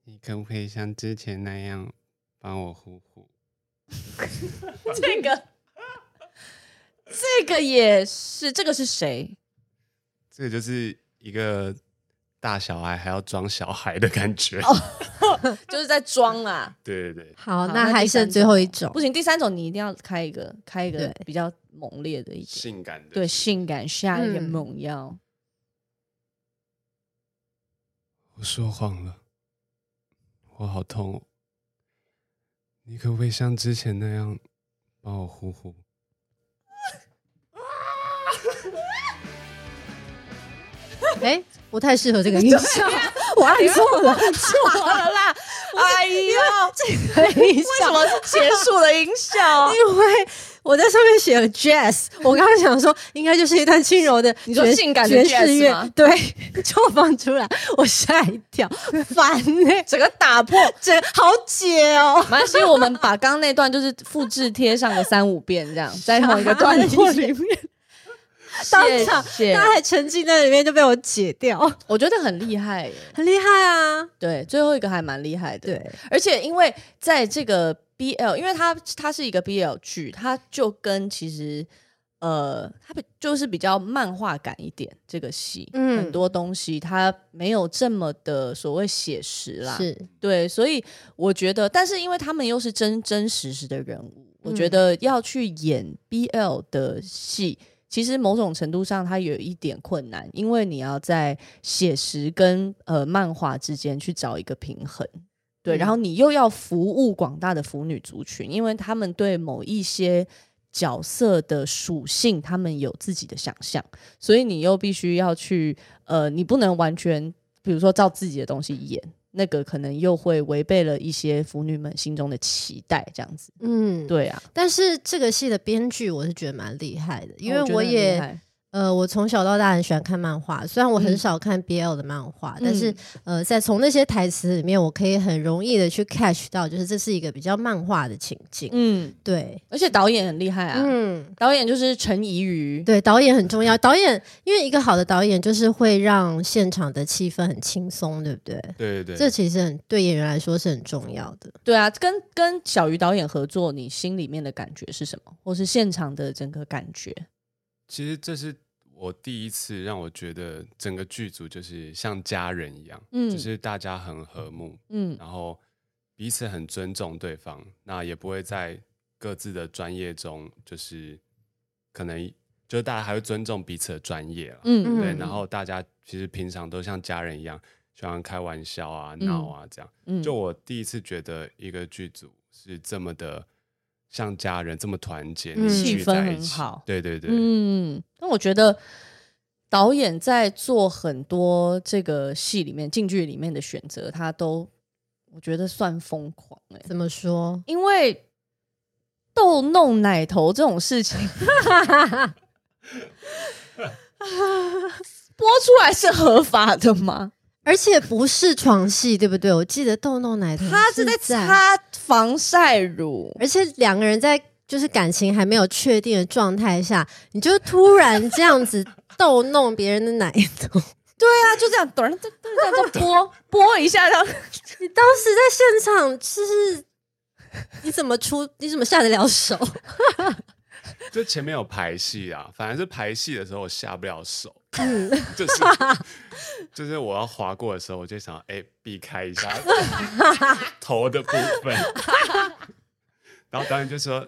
Speaker 3: 你可不可以像之前那样帮我呼呼？
Speaker 2: 这个，这个也是，这个是谁？
Speaker 3: 这个就是一个大小孩还要装小孩的感觉。
Speaker 2: 哦就是在装啦。
Speaker 3: 对对对，
Speaker 1: 好，
Speaker 2: 好
Speaker 1: 哦那还
Speaker 2: 第三
Speaker 1: 剩最后一种
Speaker 2: 不，行，第三种你一定要开一个，开一个
Speaker 1: 对
Speaker 2: 比较猛烈的一点，
Speaker 3: 性感的。
Speaker 2: 对，性感下一个
Speaker 1: 嗯
Speaker 2: 猛药。
Speaker 3: 我说谎了，我好痛、哦。你可不可以像之前那样帮我呼呼？
Speaker 1: 哎，不太适合 这个音效，我按错了，
Speaker 2: 好了啦，哎呀，这 为
Speaker 1: 这个音
Speaker 2: 什
Speaker 1: 效。
Speaker 2: 么是结束的音效？
Speaker 1: 因为我在上面写了 jazz，我刚刚想说应该就是一段轻柔 的爵，
Speaker 2: 你说性感的
Speaker 1: 爵
Speaker 2: jazz
Speaker 1: 士乐
Speaker 2: 吗，
Speaker 1: 对，就放出来，我吓一 跳，烦呢、
Speaker 2: 整个打 破。
Speaker 1: 这好解哦。
Speaker 2: 没关系，我们把刚刚那段就是复制贴上个三五遍，这样在同一个段落里面。
Speaker 1: 当
Speaker 2: 谢
Speaker 1: 场
Speaker 2: 谢，
Speaker 1: 大家还沉浸在里面就被我解掉，
Speaker 2: 我觉得很厉害耶。
Speaker 1: 很厉害啊！
Speaker 2: 对，最后一个还蛮厉害的。
Speaker 1: 对，
Speaker 2: 而且因为在这个 BL，因为它它是一个 BL 剧，它就跟其实呃，它比就是比较漫画感一点。这个戏，
Speaker 1: 嗯
Speaker 2: 很多东西它没有这么的所谓写实啦，
Speaker 1: 是
Speaker 2: 对，所以我觉得，但是因为他们又是真真实实的人物，我觉
Speaker 1: 嗯
Speaker 2: 得要去演 BL 的戏，其实某种程度上它有一点困难，因为你要在写实跟呃漫画之间去找一个平衡。对，
Speaker 1: 嗯
Speaker 2: 然后你又要服务广大的腐女族群，因为他们对某一些角色的属性，他们有自己的想象，所以你又必须要去呃，你不能完全，比如说照自己的东西演，那个可能又会违背了一些腐女们心中的期待，这样子。
Speaker 1: 嗯，
Speaker 2: 对啊，
Speaker 1: 但是这个戏的编剧我是觉得蛮厉害的，因为
Speaker 2: 哦我觉得很厉
Speaker 1: 也
Speaker 2: 害
Speaker 1: 呃，我从小到大很喜欢看漫画，虽然我很
Speaker 2: 嗯
Speaker 1: 少看 BL 的漫画，
Speaker 2: 嗯
Speaker 1: 但是呃，在从那些台词里面，我可以很容易的去 catch 到，就是这是一个比较漫画的情境。
Speaker 2: 嗯，
Speaker 1: 对，
Speaker 2: 而且导演很厉害啊，
Speaker 1: 嗯，
Speaker 2: 导演就是陈怡瑜，
Speaker 1: 对，导演很重要。导演因为一个好的导演就是会让现场的气氛很轻松，对不对？
Speaker 3: 对对
Speaker 1: 这
Speaker 3: 对，
Speaker 1: 其实很对演员来说是很重要的。
Speaker 2: 对啊，跟跟小鱼导演合作，你心里面的感觉是什么，或是现场的整个感觉？
Speaker 3: 其实这是我第一次让我觉得整个剧组就是像家人一样，
Speaker 2: 嗯
Speaker 3: 就是大家很和睦，
Speaker 2: 嗯
Speaker 3: 然后彼此很尊重对方，那也不会在各自的专业中，就是可能就是大家还会尊重彼此的专业啦。
Speaker 2: 嗯
Speaker 1: 嗯
Speaker 3: 对，然后大家其实平常都像家人一样，喜欢开玩笑啊、
Speaker 2: 嗯
Speaker 3: 闹啊这样。
Speaker 2: 嗯
Speaker 3: 就我第一次觉得一个剧组是这么的像家人，这么团结，
Speaker 1: 嗯
Speaker 3: 凝聚
Speaker 2: 气氛
Speaker 3: 在一
Speaker 2: 很
Speaker 3: 起
Speaker 2: 好
Speaker 3: 对对对，
Speaker 2: 嗯，那我觉得导演在做很多这个戏里面、进剧里面的选择，他都我觉得算疯狂哎、
Speaker 1: 怎么说？
Speaker 2: 因为逗弄奶头这种事情播出来是合法的吗？
Speaker 1: 而且不是床戏，对不对？我记得豆豆奶头
Speaker 2: 他
Speaker 1: 是
Speaker 2: 是在擦防晒乳，
Speaker 1: 而且两个人在就是感情还没有确定的状态下，你就突然这样子逗弄别人的奶头，
Speaker 2: 对啊，就这样， 等等等等，拨拨一下，然后
Speaker 1: 你当时在现场就是你怎么出？你怎么下得了手？
Speaker 3: 就前面有排戏啊，反而是排戏的时候我下不了手，
Speaker 1: 嗯
Speaker 3: 就是就是我要划过的时候，我就想哎、避开 一下头的部分， 然后导演就说，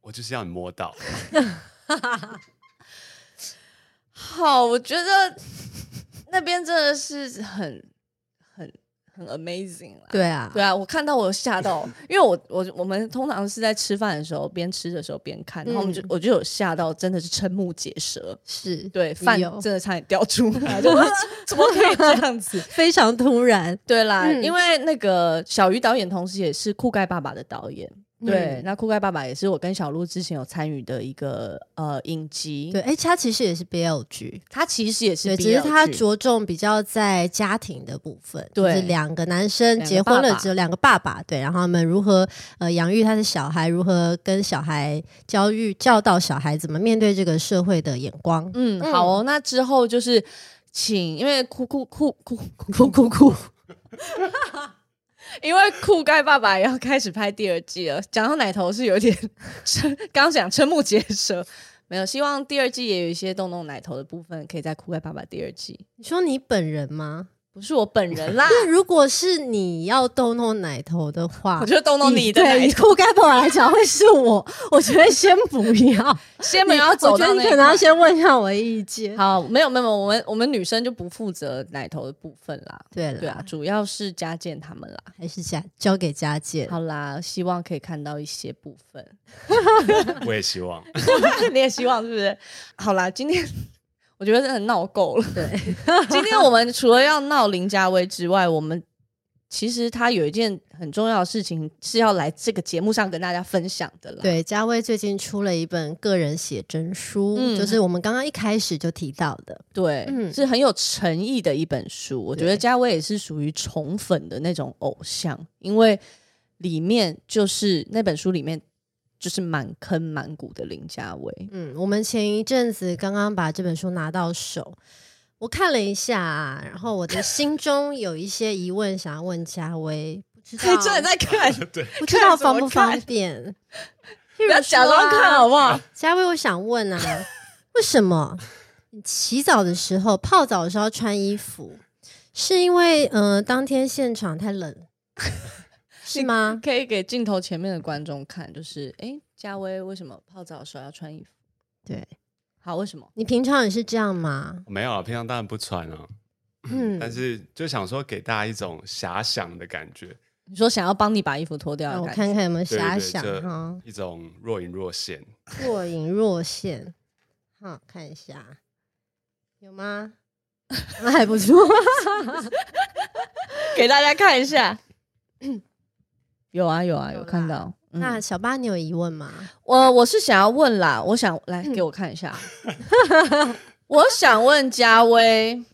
Speaker 3: 我就是要你摸到，
Speaker 2: 好，我觉得那边真的是很很很 amazing 啦。
Speaker 1: 对啊，
Speaker 2: 对啊，我看到我有吓到， 因为我我我们通常是在吃饭的时候边吃的时候边看，然后我们就、
Speaker 1: 嗯
Speaker 2: 我就有吓到，真的是瞠目结舌。
Speaker 1: 是，
Speaker 2: 对，
Speaker 1: 你
Speaker 2: 饭
Speaker 1: 有
Speaker 2: 真的差点掉出 来，就怎么可以这样 子？
Speaker 1: 非常突然。
Speaker 2: 对啦，
Speaker 1: 嗯
Speaker 2: 因为那个小鱼导演同时也是酷盖爸爸的导演，对，
Speaker 1: 嗯
Speaker 2: 那酷盖爸爸也是我跟小鹿之前有参与的一个呃影集，
Speaker 1: 对，，哎、他其实也是 BL 剧，
Speaker 2: 他其实也
Speaker 1: 对，
Speaker 2: 是 BL
Speaker 1: 只是他
Speaker 2: 剧
Speaker 1: 着重比较在家庭的部分，
Speaker 2: 对
Speaker 1: 就是两个男生
Speaker 2: 两个
Speaker 1: 结婚
Speaker 2: 爸
Speaker 1: 了
Speaker 2: 爸
Speaker 1: 之后，两个爸爸，对，然后他们如何呃养育他的小孩，如何跟小孩教育教导小孩怎么面对这个社会的眼光，
Speaker 2: 嗯，
Speaker 1: 嗯
Speaker 2: 好哦，那之后就是请，因为酷酷酷酷酷酷酷，因为酷盖爸爸也要开始拍第二季了。讲到奶头是有 点瞠，刚刚讲瞠目结舌，没有。希望第二季也有一些动动奶头的部分，可以在酷盖爸爸第二季。
Speaker 1: 你说你本人吗？
Speaker 2: 不是我本人 啦，
Speaker 1: 那如果是你要动弄奶头的话
Speaker 2: 我，就动动你的
Speaker 1: 对
Speaker 2: 奶
Speaker 1: 以
Speaker 2: 头，
Speaker 1: 酷盖婆来讲会是我，我觉得先不 要，
Speaker 2: 先不要走
Speaker 1: 我觉得
Speaker 2: 到
Speaker 1: 你
Speaker 2: 那一
Speaker 1: 可能要
Speaker 2: 块
Speaker 1: 先问一下我的意见。
Speaker 2: 好，没有没有，没有我们我们女生就不负责奶头的部分啦。
Speaker 1: 对了，
Speaker 2: 对啊，主要是家健他们啦。
Speaker 1: 还是家交给家姐。
Speaker 2: 好啦，希望可以看到一些部分。
Speaker 3: 我也希望。
Speaker 2: 你也希望是不是？好啦，今天 我觉得真的闹够 了。
Speaker 1: 对，
Speaker 2: 今天我们除了要闹林家威之外，我们其实他有一件很重要的事情是要来这个节目上跟大家分享的啦。，
Speaker 1: 对，嘉威最近出了一本个人写真书，
Speaker 2: 嗯
Speaker 1: 就是我们刚刚一开始就提到的。
Speaker 2: 对，
Speaker 1: 嗯
Speaker 2: 是很有诚意的一本书。我觉得
Speaker 1: 对
Speaker 2: 嘉威也是属于宠粉的那种偶像，因为里面就是那本书里面就是满坑满谷的林家 威。
Speaker 1: 嗯，我们前一阵子刚刚把这本书拿到手，我看了一下啊，然后我的心中有一些疑问想 要问嘉威，不知道
Speaker 2: 哎真的在看，
Speaker 3: 对，
Speaker 1: 不知道
Speaker 2: 看怎么
Speaker 1: 方不
Speaker 2: 看
Speaker 1: 方便？譬如
Speaker 2: 不要假
Speaker 1: 说
Speaker 2: 装
Speaker 1: 啊
Speaker 2: 看哦好不好？
Speaker 1: 嘉威，我想问啊，为什么你洗澡的时候、泡澡的时候要穿衣服？是因为呃，当天现场太 冷，是吗？
Speaker 2: 可以给镜头前面的观众看，就是哎，诶嘉威为什么泡澡的时候要穿衣服？
Speaker 1: 对
Speaker 2: 好，为什么？
Speaker 1: 你平常也是这样吗？
Speaker 3: 没有啊，平常当然不穿啊，
Speaker 1: 嗯，
Speaker 3: 但是就想说给大家一种遐想的感觉，
Speaker 2: 你说想要帮你把衣服脱掉
Speaker 1: 让
Speaker 2: 的
Speaker 1: 我
Speaker 2: 感
Speaker 1: 看
Speaker 2: 觉，
Speaker 1: 看有没有
Speaker 3: 对对
Speaker 1: 遐
Speaker 3: 对
Speaker 1: 想
Speaker 3: 这
Speaker 1: 哈，
Speaker 3: 一种若隐若现。
Speaker 1: 若隐若现。好，看一下有吗？那还不错，
Speaker 2: 给大家看一下。有啊有啊
Speaker 1: 有
Speaker 2: 有
Speaker 1: 啦
Speaker 2: 看到。嗯
Speaker 1: 那小八，你有疑问吗？
Speaker 2: 我我是想要问啦，我想来
Speaker 1: 嗯
Speaker 2: 给我看一下， 我想问嘉威，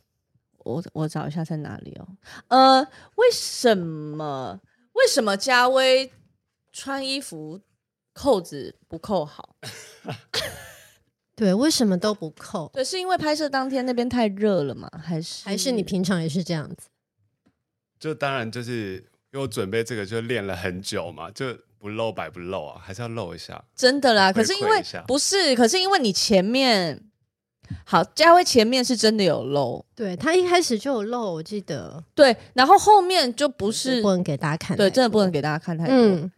Speaker 2: 我我找一下在哪里哦。呃，为什么为什么嘉威穿衣服扣子不扣好？
Speaker 1: 对，为什么都不扣？
Speaker 2: 对，是因为拍摄当天那边太热了吗？还是
Speaker 1: 还是你平常也是这样子？
Speaker 3: 就当然就是因为我准备这个就练了很久嘛，就不露白不露啊，还是要露一下。
Speaker 2: 真的啦？
Speaker 3: 回
Speaker 2: 可是因
Speaker 3: 馈
Speaker 2: 为
Speaker 3: 一下
Speaker 2: 不是，可是因为你前面好，嘉威前面是真的有露。
Speaker 1: 对他一开始就有漏，我记得
Speaker 2: 对，然后后面就不是
Speaker 1: 不能给大家看太多。
Speaker 2: 对，真的不能给大家看太多。
Speaker 1: 嗯，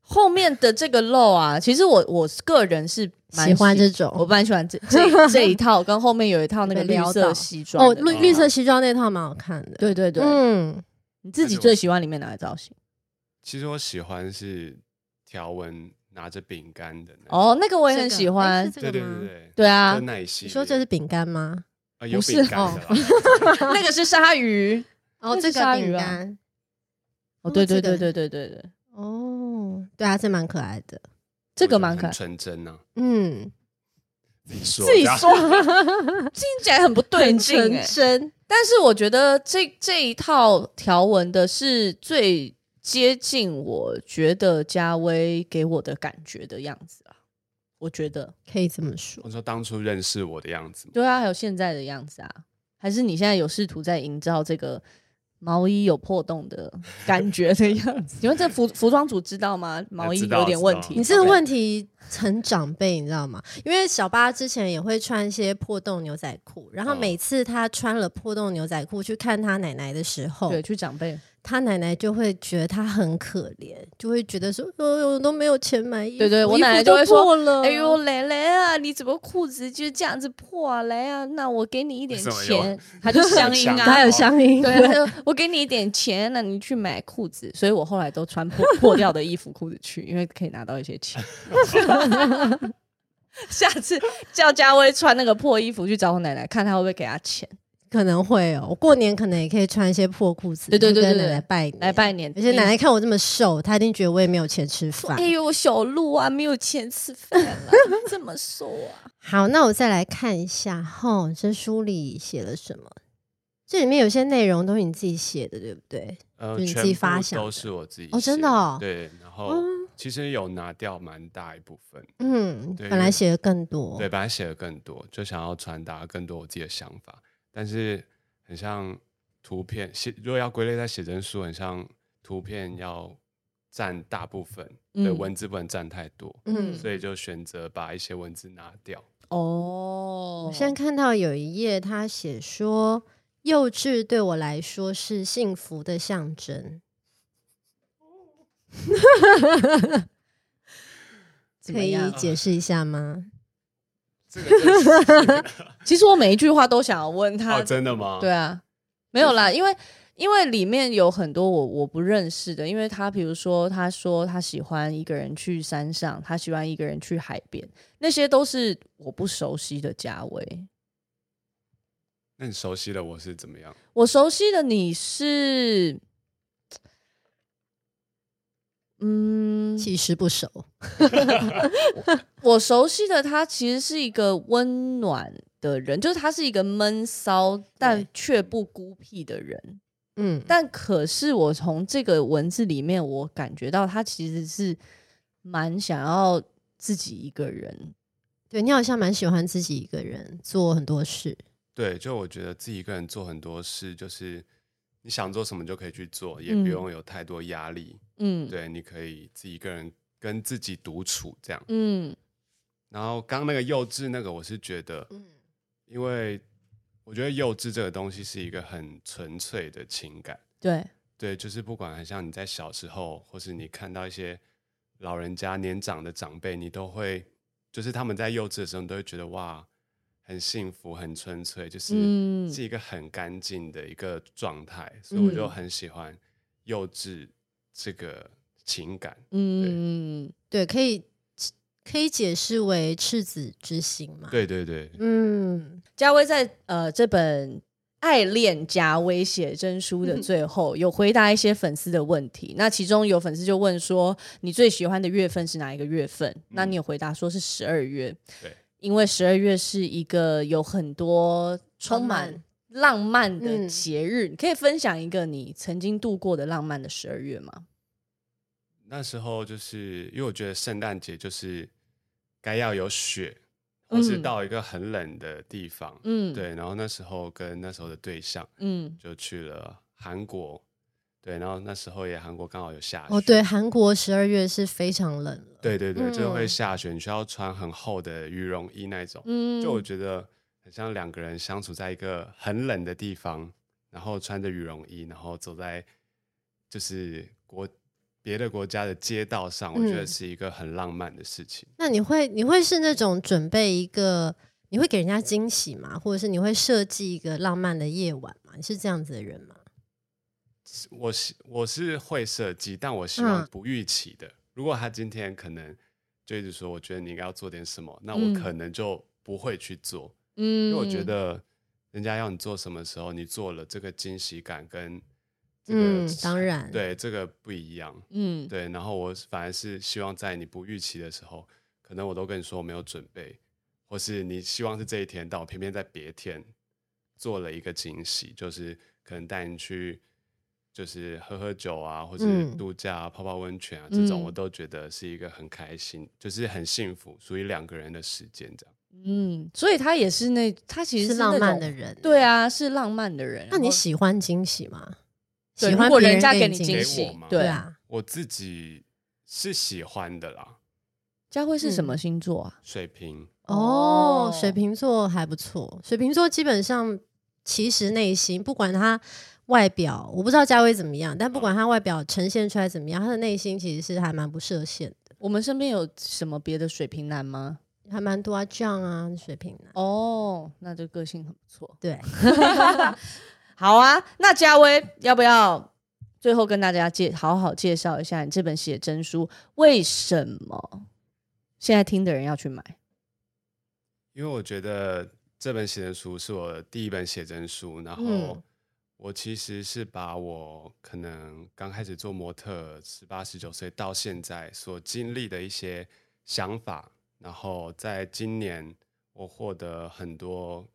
Speaker 2: 后面的这个漏啊，其实我我个人是蛮
Speaker 1: 喜欢这
Speaker 2: 我
Speaker 1: 种。
Speaker 2: 蛮喜欢这这这一套，跟后面有一套那个
Speaker 1: 被
Speaker 2: 绿
Speaker 1: 撩到
Speaker 2: 色西装
Speaker 1: 哦，
Speaker 2: 的那
Speaker 1: 绿
Speaker 2: 个
Speaker 1: 绿色西装那套蛮好看
Speaker 3: 哦
Speaker 1: 的。
Speaker 2: 对对对，
Speaker 1: 嗯，
Speaker 2: 你自己最喜欢里面哪个造型？
Speaker 3: 其实我喜欢是条纹拿着饼干的那种，
Speaker 2: 哦，那个我也
Speaker 1: 这
Speaker 2: 很
Speaker 1: 个
Speaker 2: 喜
Speaker 1: 哎
Speaker 2: 欢
Speaker 1: 是，这
Speaker 3: 对
Speaker 1: 个
Speaker 3: 对
Speaker 1: 吗
Speaker 3: 对对，
Speaker 2: 对啊
Speaker 3: 就，那一系
Speaker 1: 你
Speaker 3: 列
Speaker 1: 说这是饼干吗？
Speaker 3: 啊有
Speaker 2: 不是
Speaker 3: 饼干的啦，
Speaker 2: 那个是鲨 鱼。
Speaker 1: 哦，
Speaker 2: 那
Speaker 1: 这
Speaker 2: 是
Speaker 1: 个
Speaker 2: 鲨
Speaker 1: 饼
Speaker 2: 鱼啊
Speaker 1: 干。
Speaker 2: 哦，对
Speaker 1: 这
Speaker 2: 对对
Speaker 1: 个
Speaker 2: 对对对对，
Speaker 1: 哦，对啊，这蛮可爱的。
Speaker 2: 这个
Speaker 3: 我觉得
Speaker 2: 蛮可
Speaker 3: 很
Speaker 2: 爱。
Speaker 3: 纯真啊，
Speaker 1: 嗯，
Speaker 3: 自己说
Speaker 2: 自己
Speaker 3: 的啊
Speaker 2: 说，听起来很不对
Speaker 1: 很
Speaker 2: 劲
Speaker 1: 纯
Speaker 2: 哎。
Speaker 1: 真。
Speaker 2: 但是我觉得这这一套条纹的是最接近我觉得嘉威给我的感觉的样子啊，我觉得
Speaker 1: 可以这么说，
Speaker 3: 我说当初认识我的样子嘛，
Speaker 2: 对啊，还有现在的样子啊，还是你现在有试图在营造这个毛衣有破洞的感觉的样 子？请问这服服装组知道吗？毛衣
Speaker 3: 知道
Speaker 2: 有点问
Speaker 3: 知道
Speaker 2: 题，
Speaker 1: 你这个问题很长辈，你知道吗？因为小八之前也会穿一些破洞牛仔裤，然后
Speaker 2: 嗯
Speaker 3: 哦
Speaker 1: 每次他穿了破洞牛仔裤去看他奶奶的时候，
Speaker 2: 对去长辈，
Speaker 1: 他奶奶就会觉得他很可怜，就会觉得说：“哎呦，我都没有钱买衣服。”
Speaker 2: 对对我
Speaker 1: 衣服
Speaker 2: 奶奶就会说
Speaker 1: 都破了，
Speaker 2: 哎呦，蕾蕾啊，你怎么裤子就这样子破啊？来啊，那我给你一点
Speaker 3: 为什么
Speaker 2: 钱，他 就相应啊，
Speaker 3: 他有
Speaker 1: 乡音
Speaker 2: 对，啊他就我给你一点钱，那你去买裤子。所以我后来都穿破破掉的衣服、裤子去，因为可以拿到一些 钱。 下次叫嘉威穿那个破衣服去找我奶奶，看她会不会给她钱
Speaker 1: 可能会哦。我过年可能也可以穿一些破裤子，
Speaker 2: 对对对
Speaker 1: 去跟
Speaker 2: 对
Speaker 1: 奶
Speaker 2: 对
Speaker 1: 奶拜年
Speaker 2: 来。拜年。
Speaker 1: 而且奶奶看我这么瘦，她一定觉得我也没有钱吃
Speaker 2: 说
Speaker 1: 饭
Speaker 2: 哎。呦，小鹿啊，没有钱吃饭了，你这么瘦 啊？
Speaker 1: 好，那我再来看一下，吼，这书里写了什么？这里面有些内容都是你自己写的，对不对？
Speaker 3: 呃，
Speaker 1: 就你自
Speaker 3: 全
Speaker 1: 己
Speaker 3: 部
Speaker 1: 发想的
Speaker 3: 都是我自己
Speaker 1: 哦真
Speaker 3: 写
Speaker 1: 的哦
Speaker 3: 对，然后其实有拿掉蛮大一部分，
Speaker 1: 嗯，
Speaker 3: 对
Speaker 1: 本来写的更
Speaker 2: 哦
Speaker 1: 多。
Speaker 3: 对，本来写的更多，就想要传达更多我自己的想法，但是很像图片写，如果要归类在写真书，很像图片要占大部分，对，
Speaker 2: 嗯
Speaker 3: 文字不能占太多，
Speaker 1: 嗯，
Speaker 3: 所以就选择把一些文字拿掉。
Speaker 2: 哦
Speaker 1: 我现在看到有一页，他写说，幼稚对我来说是幸福的象征。
Speaker 2: 怎
Speaker 1: 可
Speaker 2: 么
Speaker 1: 以
Speaker 2: 样
Speaker 1: 解释一下吗？
Speaker 3: 这 个就是
Speaker 2: 其实我每一句话都想要问他，
Speaker 3: 哦，真的吗？
Speaker 2: 对啊，没有啦，因为因为里面有很多我我不认识的，因为他比如说他说他喜欢一个人去山上，他喜欢一个人去海边，那些都是我不熟悉的嘉伟。
Speaker 3: 那你熟悉的我是怎么样？
Speaker 2: 我熟悉的你是，嗯，
Speaker 1: 其实不熟，
Speaker 2: 我熟悉的他其实是一个温暖的人，就是他是一个闷骚但
Speaker 1: 对
Speaker 2: 却不孤僻的人。
Speaker 1: 嗯，
Speaker 2: 但可是我从这个文字里面，我感觉到他其实是蛮想要自己一个人。
Speaker 1: 对你好像蛮喜欢自己一个人做很多事，
Speaker 3: 对，就我觉得自己一个人做很多事，就是你想做什么就可以去做，也
Speaker 2: 嗯
Speaker 3: 不用有太多压力。
Speaker 2: 嗯，
Speaker 3: 对，你可以自己一个人跟自己独处这样。
Speaker 2: 嗯
Speaker 3: 然后刚那个幼稚那个，我是觉得，
Speaker 1: 嗯
Speaker 3: 因为我觉得幼稚这个东西是一个很纯粹的情感，
Speaker 2: 对，
Speaker 3: 对，就是不管很像你在小时候，或是你看到一些老人家年长的长辈，你都会，就是他们在幼稚的时候，你都会觉得哇，很幸福，很纯粹，就是、
Speaker 2: 嗯
Speaker 3: 是一个很干净的一个状态，所以我就
Speaker 2: 嗯
Speaker 3: 很喜欢幼稚这个情感。
Speaker 2: 嗯，
Speaker 1: 对，可以可以解释为赤子之心嘛？，
Speaker 3: 对对对，
Speaker 1: 嗯，
Speaker 2: 嘉威在呃这本《爱恋加威胁真书》的最后，有回答一些粉丝的问题。那其中有粉丝就问说，你最喜欢的月份是哪一个月份？那你有回答说是十二月，
Speaker 3: 对，
Speaker 2: 因为十二月是一个有很多充
Speaker 1: 浪
Speaker 2: 满
Speaker 1: 漫。
Speaker 2: 浪漫的
Speaker 1: 嗯
Speaker 2: 节日，你可以分享一个你曾经度过的浪漫的十二月吗？
Speaker 3: 那时候就是因为我觉得圣诞节就是该要有雪，或是
Speaker 2: 嗯
Speaker 3: 到一个很冷的地方，
Speaker 2: 嗯，，
Speaker 3: 对。然后那时候跟那时候的对象
Speaker 2: 嗯，
Speaker 3: 就去了韩国，对。然后那时候也韩国刚好有下雪，
Speaker 1: 哦，对，韩国十二月是非常冷了，
Speaker 3: 对对对，就会
Speaker 1: 嗯
Speaker 3: 下雪，你需要穿很厚的羽绒衣那种。
Speaker 2: 嗯，
Speaker 3: 就我觉得很像两个人相处在一个很冷的地方，然后穿着羽绒衣，然后走在就是国别的国家的街道上，我觉得
Speaker 1: 嗯
Speaker 3: 是一个很浪漫的事情。
Speaker 1: 那你会你会是那种准备一个，你会给人家惊喜吗？或者是你会设计一个浪漫的夜晚吗？你是这样子的人吗？
Speaker 3: 我是我是会设计，但我希望
Speaker 1: 嗯
Speaker 3: 不预期的。如果他今天可能就一直说，我觉得你应该要做点什么，那我
Speaker 2: 嗯
Speaker 3: 可能就不会去做。
Speaker 2: 嗯，
Speaker 3: 因为我觉得人家要你做什么时候，你做了这个惊喜感跟这个、
Speaker 1: 嗯，当然，，
Speaker 3: 对这个不一样。
Speaker 2: 嗯，
Speaker 3: 对，然后我反而是希望在你不预期的时候，可能我都跟你说我没有准备，或是你希望是这一天，但我偏偏在别天做了一个惊喜，就是可能带你去就是喝喝酒啊，或是
Speaker 1: 嗯
Speaker 3: 度假、啊、泡泡温泉啊，这种
Speaker 2: 嗯
Speaker 3: 我都觉得是一个很开心，就是很幸福，属于两个人的时间这样。
Speaker 2: 嗯，所以他也是那，他其实
Speaker 1: 是
Speaker 2: 那
Speaker 1: 浪漫
Speaker 2: 种
Speaker 1: 的人，
Speaker 2: 对。啊，是浪漫的人。
Speaker 1: 那
Speaker 2: 然
Speaker 1: 你
Speaker 2: 后
Speaker 1: 喜欢惊喜吗？
Speaker 2: 对
Speaker 1: 喜欢
Speaker 2: 如果
Speaker 1: 别
Speaker 2: 人家
Speaker 1: 给
Speaker 2: 你
Speaker 1: 惊
Speaker 2: 惊
Speaker 3: 给
Speaker 2: 喜
Speaker 3: 我吗，
Speaker 1: 对
Speaker 2: 对，
Speaker 1: 啊，
Speaker 3: 我自己是喜欢的啦，
Speaker 2: 佳慧是什么
Speaker 1: 嗯
Speaker 2: 星 座啊？
Speaker 3: 水瓶
Speaker 1: 哦
Speaker 2: 哦，
Speaker 1: 水瓶座还不错。水瓶座基本上其实内心，不管他外表，我不知道嘉威怎么样，但不
Speaker 2: 嗯
Speaker 1: 管他外表呈现出来怎么样，他的内心其实是还蛮不设限的，
Speaker 2: 我们身边有什么别的水瓶男吗？
Speaker 1: 还蛮多啊，这样啊，水瓶男。
Speaker 2: 哦，那这个性很不错。
Speaker 1: 对，
Speaker 2: 好啊，那佳薇要不要最后跟大家介好好介绍一下你这本写真书？为什么现在听的人要去买？
Speaker 3: 因为我觉得这本写真书是我第一本写真书，然后
Speaker 1: 嗯
Speaker 3: 我其实是把我可能刚开始做模特十八十九岁到现在所经历的一些想法，然后在今年我获得很多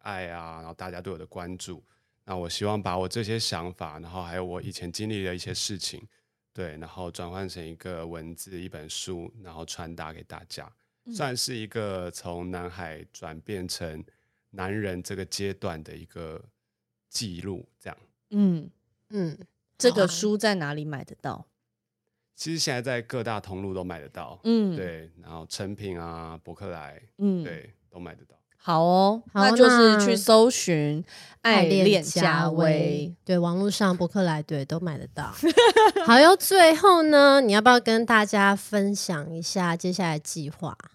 Speaker 3: 爱啊，然后大家对我的关注，那我希望把我这些想法，然后还有我以前经历的一些事情，对，然后转换成一个文字一本书，然后传达给大家。
Speaker 2: 嗯
Speaker 3: 算是一个从男孩转变成男人这个阶段的一个记录。这样，
Speaker 2: 嗯，
Speaker 1: 嗯，
Speaker 2: 这
Speaker 1: 好啊
Speaker 2: 个书在哪里买得到？
Speaker 3: 其实现在在各大通路都买得到，
Speaker 2: 嗯，，
Speaker 3: 对，然后成品啊、博客来，
Speaker 2: 嗯，。
Speaker 3: 对，都买得到。
Speaker 2: 好哦，
Speaker 1: 好
Speaker 2: 那就是
Speaker 1: 那
Speaker 2: 去搜寻“爱恋加薇”，，
Speaker 1: 对，网络上博客来对都买得到。 好哟，最后呢，你要不要跟大家分享一下接下来计划？
Speaker 2: 嗯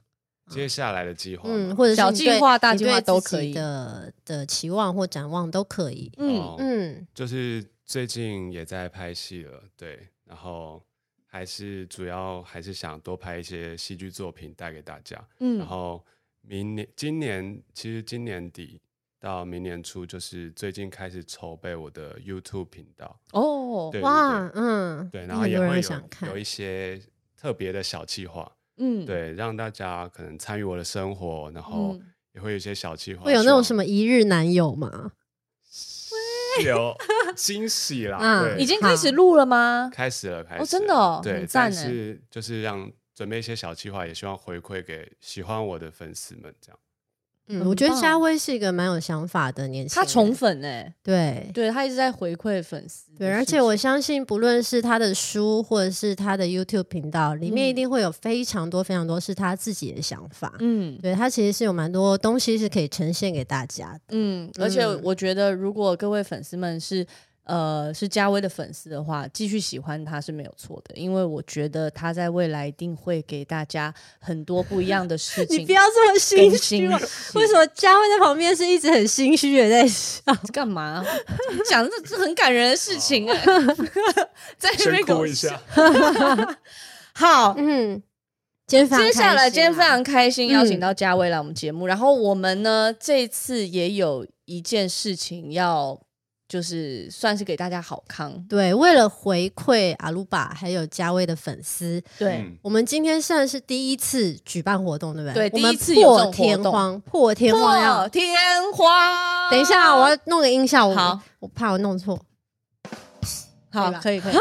Speaker 3: 接下来的计划嘛，
Speaker 1: 嗯，或者是
Speaker 2: 小
Speaker 1: 你
Speaker 2: 计
Speaker 1: 对
Speaker 2: 划大
Speaker 1: 你
Speaker 2: 计
Speaker 1: 对
Speaker 2: 划都
Speaker 1: 自己
Speaker 2: 可以
Speaker 1: 的的期望或展望都可以。
Speaker 2: 嗯
Speaker 3: 哦，
Speaker 1: 嗯，
Speaker 3: 就是最近也在拍戏了，对，然后还是主要还是想多拍一些戏剧作品带给大家。然
Speaker 2: 嗯
Speaker 3: 后明年、今年其实今年底到明年初，就是最近开始筹备我的 YouTube 频道，
Speaker 2: 哦，
Speaker 3: 对
Speaker 1: 哇，嗯，
Speaker 3: 对对，
Speaker 1: 那
Speaker 3: 然后
Speaker 1: 很
Speaker 3: 也
Speaker 1: 多人
Speaker 3: 会有
Speaker 1: 会想看
Speaker 3: 有一些特别的小计划，
Speaker 2: 嗯，
Speaker 3: 对，让大家可能参与我的生活，然后
Speaker 2: 嗯
Speaker 3: 也会有一些小计划，
Speaker 1: 会有那种什
Speaker 3: 么
Speaker 1: 么一日男友吗？
Speaker 3: 有惊 喜啦，
Speaker 1: 嗯
Speaker 3: 对
Speaker 2: 已经开始录了吗？
Speaker 3: 开始了，开始
Speaker 2: 哦真
Speaker 3: 了
Speaker 2: 的哦
Speaker 3: 对
Speaker 2: 很，赞
Speaker 3: 但
Speaker 2: 欸
Speaker 3: 是就是让准备一些小计划，也希望回馈给喜欢我的粉丝们，这样
Speaker 1: 嗯，
Speaker 2: 很
Speaker 1: 我觉得
Speaker 2: 棒
Speaker 1: 夏威是一个蛮有想法的年轻
Speaker 2: 他
Speaker 1: 人，
Speaker 2: 宠粉哎、
Speaker 1: 对
Speaker 2: 对他一直在回馈粉丝的
Speaker 1: 对，
Speaker 2: 事
Speaker 1: 而且
Speaker 2: 情
Speaker 1: 我相信，不论是他的书或者是他的 YouTube 频道，里面一
Speaker 2: 嗯
Speaker 1: 定会有非常多非常多是他自己的想法。
Speaker 2: 嗯
Speaker 1: 对他其实是有蛮多东西是可以呈现给大家的。
Speaker 2: 嗯，而且
Speaker 1: 嗯
Speaker 2: 我觉得如果各位粉丝们是。呃，是嘉威的粉丝的话，继续喜欢他是没有错的，因为我觉得他在未来一定会给大家很多不一样 的事情。
Speaker 1: 你不要这么心
Speaker 2: 更
Speaker 1: 虚
Speaker 2: 新
Speaker 1: 嘛，为什么嘉慧在旁边是一直很心虚的在笑？
Speaker 2: 干嘛？啊讲这这很感人的事情
Speaker 1: 哦
Speaker 2: 哎、 在 那边
Speaker 3: 深
Speaker 2: 给
Speaker 3: 哭
Speaker 2: 我
Speaker 3: 一下
Speaker 2: 笑。好，
Speaker 1: 嗯，今天非常
Speaker 2: 接下
Speaker 1: 开心啊
Speaker 2: 来今天非常开
Speaker 1: 嗯
Speaker 2: 心，邀请到嘉威来我们节目。然后我们呢，这一次也有一件事情要，就是算是给大家好康。
Speaker 1: 对，为了回馈阿鲁巴还有嘉威的粉丝，
Speaker 2: 对，
Speaker 3: 嗯
Speaker 1: 我们今天算是第一次举办活动，对不对？
Speaker 2: 对
Speaker 1: 我们
Speaker 2: 第一次有这
Speaker 1: 破
Speaker 2: 种活动
Speaker 1: 天荒，破天荒要
Speaker 2: 破天荒！
Speaker 1: 等一下，我要弄个音效，我
Speaker 2: 好
Speaker 1: 我怕我弄错。对
Speaker 2: 好
Speaker 1: 吧，
Speaker 2: 可 以可以。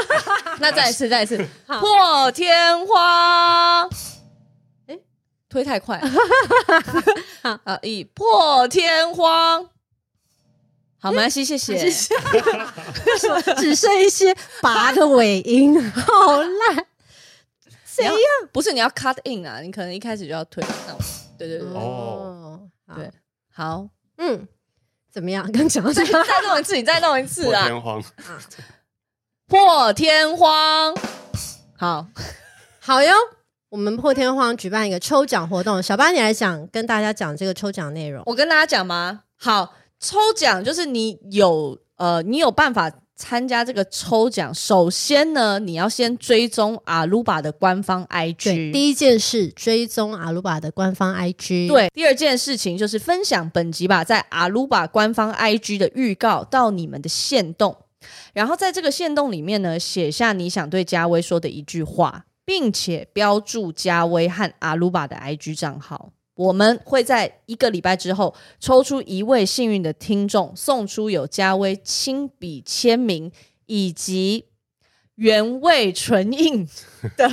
Speaker 2: 那再一次，再一次，
Speaker 1: 好
Speaker 2: 破天荒！哎，推太 快。
Speaker 1: 好
Speaker 2: 啊，以破天荒。好，没关系，谢谢。
Speaker 1: 只剩一些拔个尾音，好烂。谁呀？
Speaker 2: 不是你要 cut in 啊，你可能一开始就要推上。对对对对，
Speaker 1: 哦
Speaker 3: 哦，
Speaker 1: 好
Speaker 2: 对好，
Speaker 1: 嗯，怎么样？刚讲到这
Speaker 2: 再 再弄一次，你再弄一次
Speaker 3: 破
Speaker 2: 啊！破
Speaker 3: 天荒，
Speaker 2: 天荒，好，
Speaker 1: 好哟。我们破天荒举办一个抽奖活动，小八你来讲，跟大家讲这个抽奖内容。
Speaker 2: 我跟大家讲嘛，好，抽奖就是你有呃，你有办法参加这个抽奖。首先呢，你要先追踪阿鲁巴的官方 IG，
Speaker 1: 对，第一件事追踪阿鲁巴的官方 IG。，
Speaker 2: 对，第二件事情就是分享本集吧，在阿鲁巴官方 IG 的预告到你们的线动，然后在这个线动里面呢，写下你想对嘉威说的一句话，并且标注嘉威和阿鲁巴的 IG 账号。我们会在一个礼拜之后抽出一位幸运的听众，送出有嘉威亲笔签名以及原味唇印的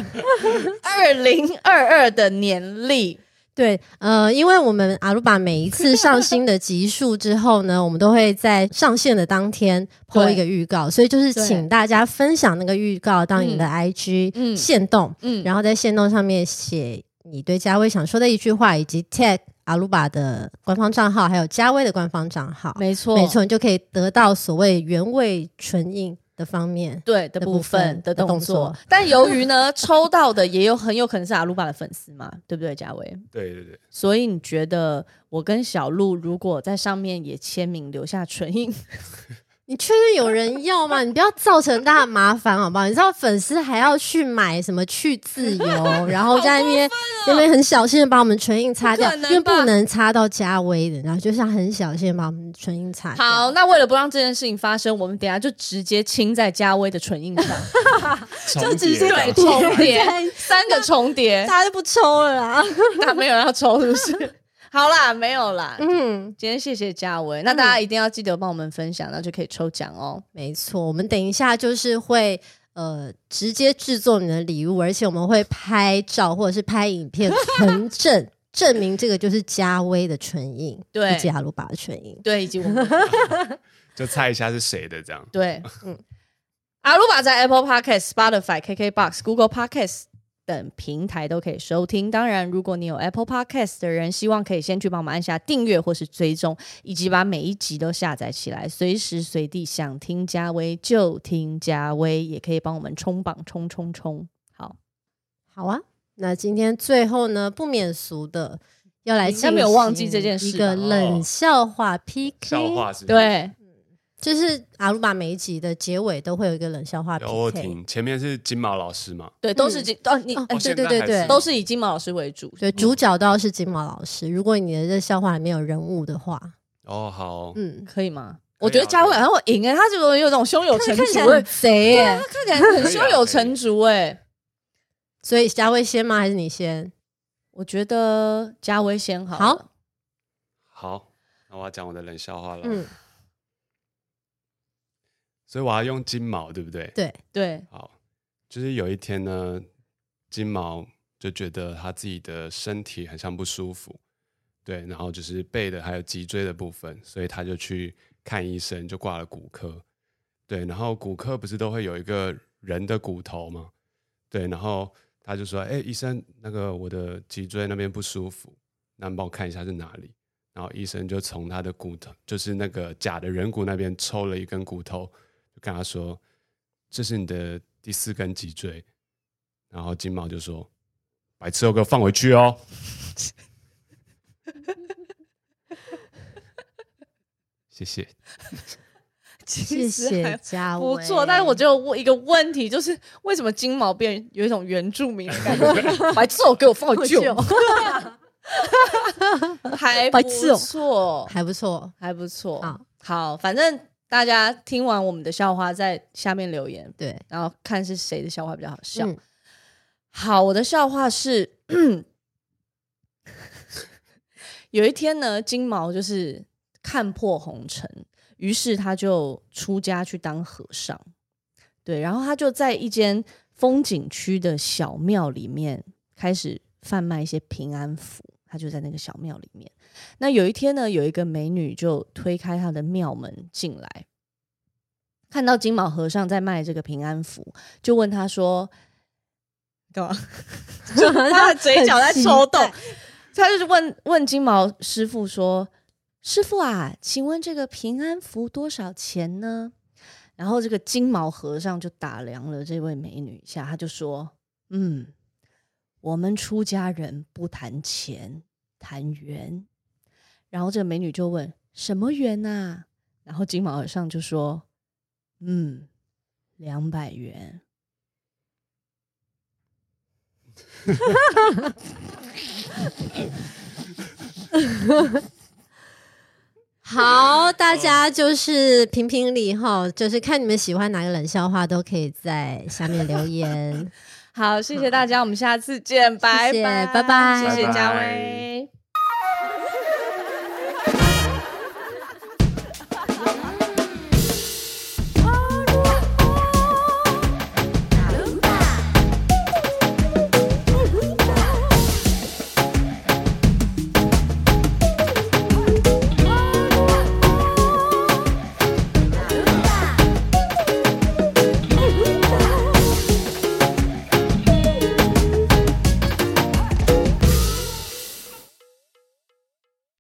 Speaker 2: 二零二二的年历。
Speaker 1: 对，呃，因为我们阿鲁巴每一次上新的集数之后呢，我们都会在上线的当天播
Speaker 2: 对
Speaker 1: 一个预告，所以就是
Speaker 2: 对
Speaker 1: 请大家分享那个预告到你的 IG
Speaker 2: 嗯
Speaker 1: 线动，
Speaker 2: 嗯
Speaker 1: 然后在线动上面写你对嘉威想说的一句话，以及 tag 阿鲁巴的官方账号，还有嘉威的官方账号，
Speaker 2: 没错，
Speaker 1: 没错，你就可以得到所谓原味唇印的方面。
Speaker 2: 对的
Speaker 1: 的
Speaker 2: 部
Speaker 1: 部
Speaker 2: 分
Speaker 1: 分
Speaker 2: 的
Speaker 1: 的
Speaker 2: 动
Speaker 1: 动
Speaker 2: 作
Speaker 1: 作。
Speaker 2: 但由于呢，抽到的也有很有可能是阿鲁巴的粉丝嘛，对不对，嘉伟？
Speaker 3: 对对对，
Speaker 2: 所以你觉得我跟小鹿如果在上面也签名留下唇 印，
Speaker 1: 你确定有人要吗？你不要造成大家麻烦好不好？你知道粉丝还要去买什么去自 由，然后在那边、那边很小心的把我们唇印擦掉，
Speaker 2: 不可能
Speaker 1: 因为哦不
Speaker 2: 吧
Speaker 1: 能擦到加微的，然后就是要很小心的把我们唇印擦掉。
Speaker 2: 好，那为了不让这件事情发生，我们等一下就直接亲在嘉威的唇印 上，
Speaker 3: 就
Speaker 1: 直接
Speaker 2: 对， 重叠三个重叠，
Speaker 1: 大家就不抽了啦。
Speaker 2: 那没有人要抽是不 是？好啦，没有啦。
Speaker 1: 嗯，
Speaker 2: 今天谢谢嘉威，那大家一定要记得帮我们分享，那就可以抽奖哦。
Speaker 1: 没错，我们等一下就是会。呃，直接制作你的礼物，而且我们会拍照或者是拍影片存证， 证明这个就是加微的唇印，
Speaker 2: 对
Speaker 1: 以及阿鲁巴的唇印。
Speaker 2: 对，以及我们的
Speaker 3: 就猜一下是谁的这样。
Speaker 2: 对，嗯
Speaker 1: 嗯，
Speaker 2: 阿鲁巴在 Apple Podcast、Spotify、KKBox、Google Podcast 等平台都可以收听。当然，如果你有 Apple Podcast 的人，希望可以先去帮忙按下订阅或是追踪，以及把每一集都下载起来，随时随地想听嘉威就听嘉威，也可以帮我们冲榜冲冲冲。好，
Speaker 1: 好啊，那今天最后呢，不免俗的要来
Speaker 2: 嗯你应该
Speaker 1: 进
Speaker 2: 没有忘记这件
Speaker 1: 行
Speaker 2: 事
Speaker 1: 一
Speaker 2: 吧哦
Speaker 1: 个冷笑话
Speaker 3: 笑
Speaker 1: PK，
Speaker 3: 话是不是，
Speaker 2: 对，
Speaker 1: 就是阿鲁巴每一集的结尾都会有一个冷笑话
Speaker 3: 有哦我
Speaker 1: PK。
Speaker 3: 听前面是金毛老师嘛，
Speaker 2: 对，都是金、哦，你、
Speaker 1: 哦
Speaker 2: 嗯
Speaker 3: 哦
Speaker 1: 对
Speaker 3: 现
Speaker 1: 对
Speaker 3: 在
Speaker 1: 对
Speaker 3: 还
Speaker 1: 对，
Speaker 3: 是
Speaker 2: 都是以金毛老师为主。
Speaker 1: 对主角都要是金毛老师。如果你的这笑话里面有人物的话，
Speaker 3: 哦好哦，
Speaker 1: 嗯，
Speaker 2: 可以吗？
Speaker 3: 可以啊
Speaker 2: 我觉得嘉威好像会赢哎、他这种有种胸有成
Speaker 1: 看起来
Speaker 2: 竹欸
Speaker 1: 很贼耶。
Speaker 2: 他看起来很
Speaker 3: 可以啊
Speaker 2: 胸有成竹哎、
Speaker 1: 所以嘉威先吗？还是你 先？
Speaker 2: 我觉得嘉威先好。
Speaker 1: 好，
Speaker 3: 好，那我要讲我的冷笑话了。
Speaker 1: 嗯，
Speaker 3: 所以我要用金毛，对不对？
Speaker 1: 对，
Speaker 2: 对，
Speaker 3: 好，就是有一天呢，金毛就觉得他自己的身体很像不舒服，对，然后就是背的还有脊椎的部分，所以他就去看医生，就挂了骨科。对，然后骨科不是都会有一个人的骨头吗？对，然后他就说：“哎、医生，那个我的脊椎那边不舒服，那你帮我看一下是哪里？”然后医生就从他的骨头，就是那个假的人骨那边抽了一根骨头，就跟他说：“这是你的第四根脊椎。”然后金毛就说：“白痴，我给我放回去哦。” 谢谢。
Speaker 1: 谢
Speaker 2: 其实
Speaker 1: 谢
Speaker 2: 还
Speaker 1: 嘉
Speaker 2: 不
Speaker 1: 伟，
Speaker 2: 错，但是我只有问一个问题，就是为什么金毛变有一种原住民的感觉？白痴 哦，给我放酒， 还
Speaker 1: 白痴
Speaker 2: 不
Speaker 1: 哦
Speaker 2: 错，
Speaker 1: 还不错。
Speaker 2: 还不错。
Speaker 1: 好
Speaker 2: 好，反正大家听完我们的笑话，在下面留言，
Speaker 1: 对，
Speaker 2: 然后看是谁的笑话比较好笑。
Speaker 1: 嗯
Speaker 2: 好，我的笑话是， 有一天呢，金毛就是看破红尘，于是他就出家去当和尚。对，然后他就在一间风景区的小庙里面开始贩卖一些平安符。他就在那个小庙里面。那有一天呢，有一个美女就推开她的庙门进来，看到金毛和尚在卖这个平安符，就问他说：“干嘛？”就 他的嘴角在抽动
Speaker 1: 很，
Speaker 2: 他就是问问金毛师傅说：“师傅啊，请问这个平安符多少钱呢？”然后这个金毛和尚就打量了这位美女一下，他就说：“嗯，我们出家人不谈钱，谈缘。”然后这个美女就问：“什么缘啊？”然后金毛和尚就说：“嗯，两百元。
Speaker 1: 好，大家就是评评理哈，就是看你们喜欢哪个冷笑话，都可以在下面留言。”
Speaker 2: 好，谢谢大家，我们下次见，拜
Speaker 1: 谢
Speaker 2: 拜，
Speaker 1: 拜拜
Speaker 2: 谢谢
Speaker 3: 拜
Speaker 2: 嘉
Speaker 3: 拜
Speaker 2: 威。
Speaker 4: 我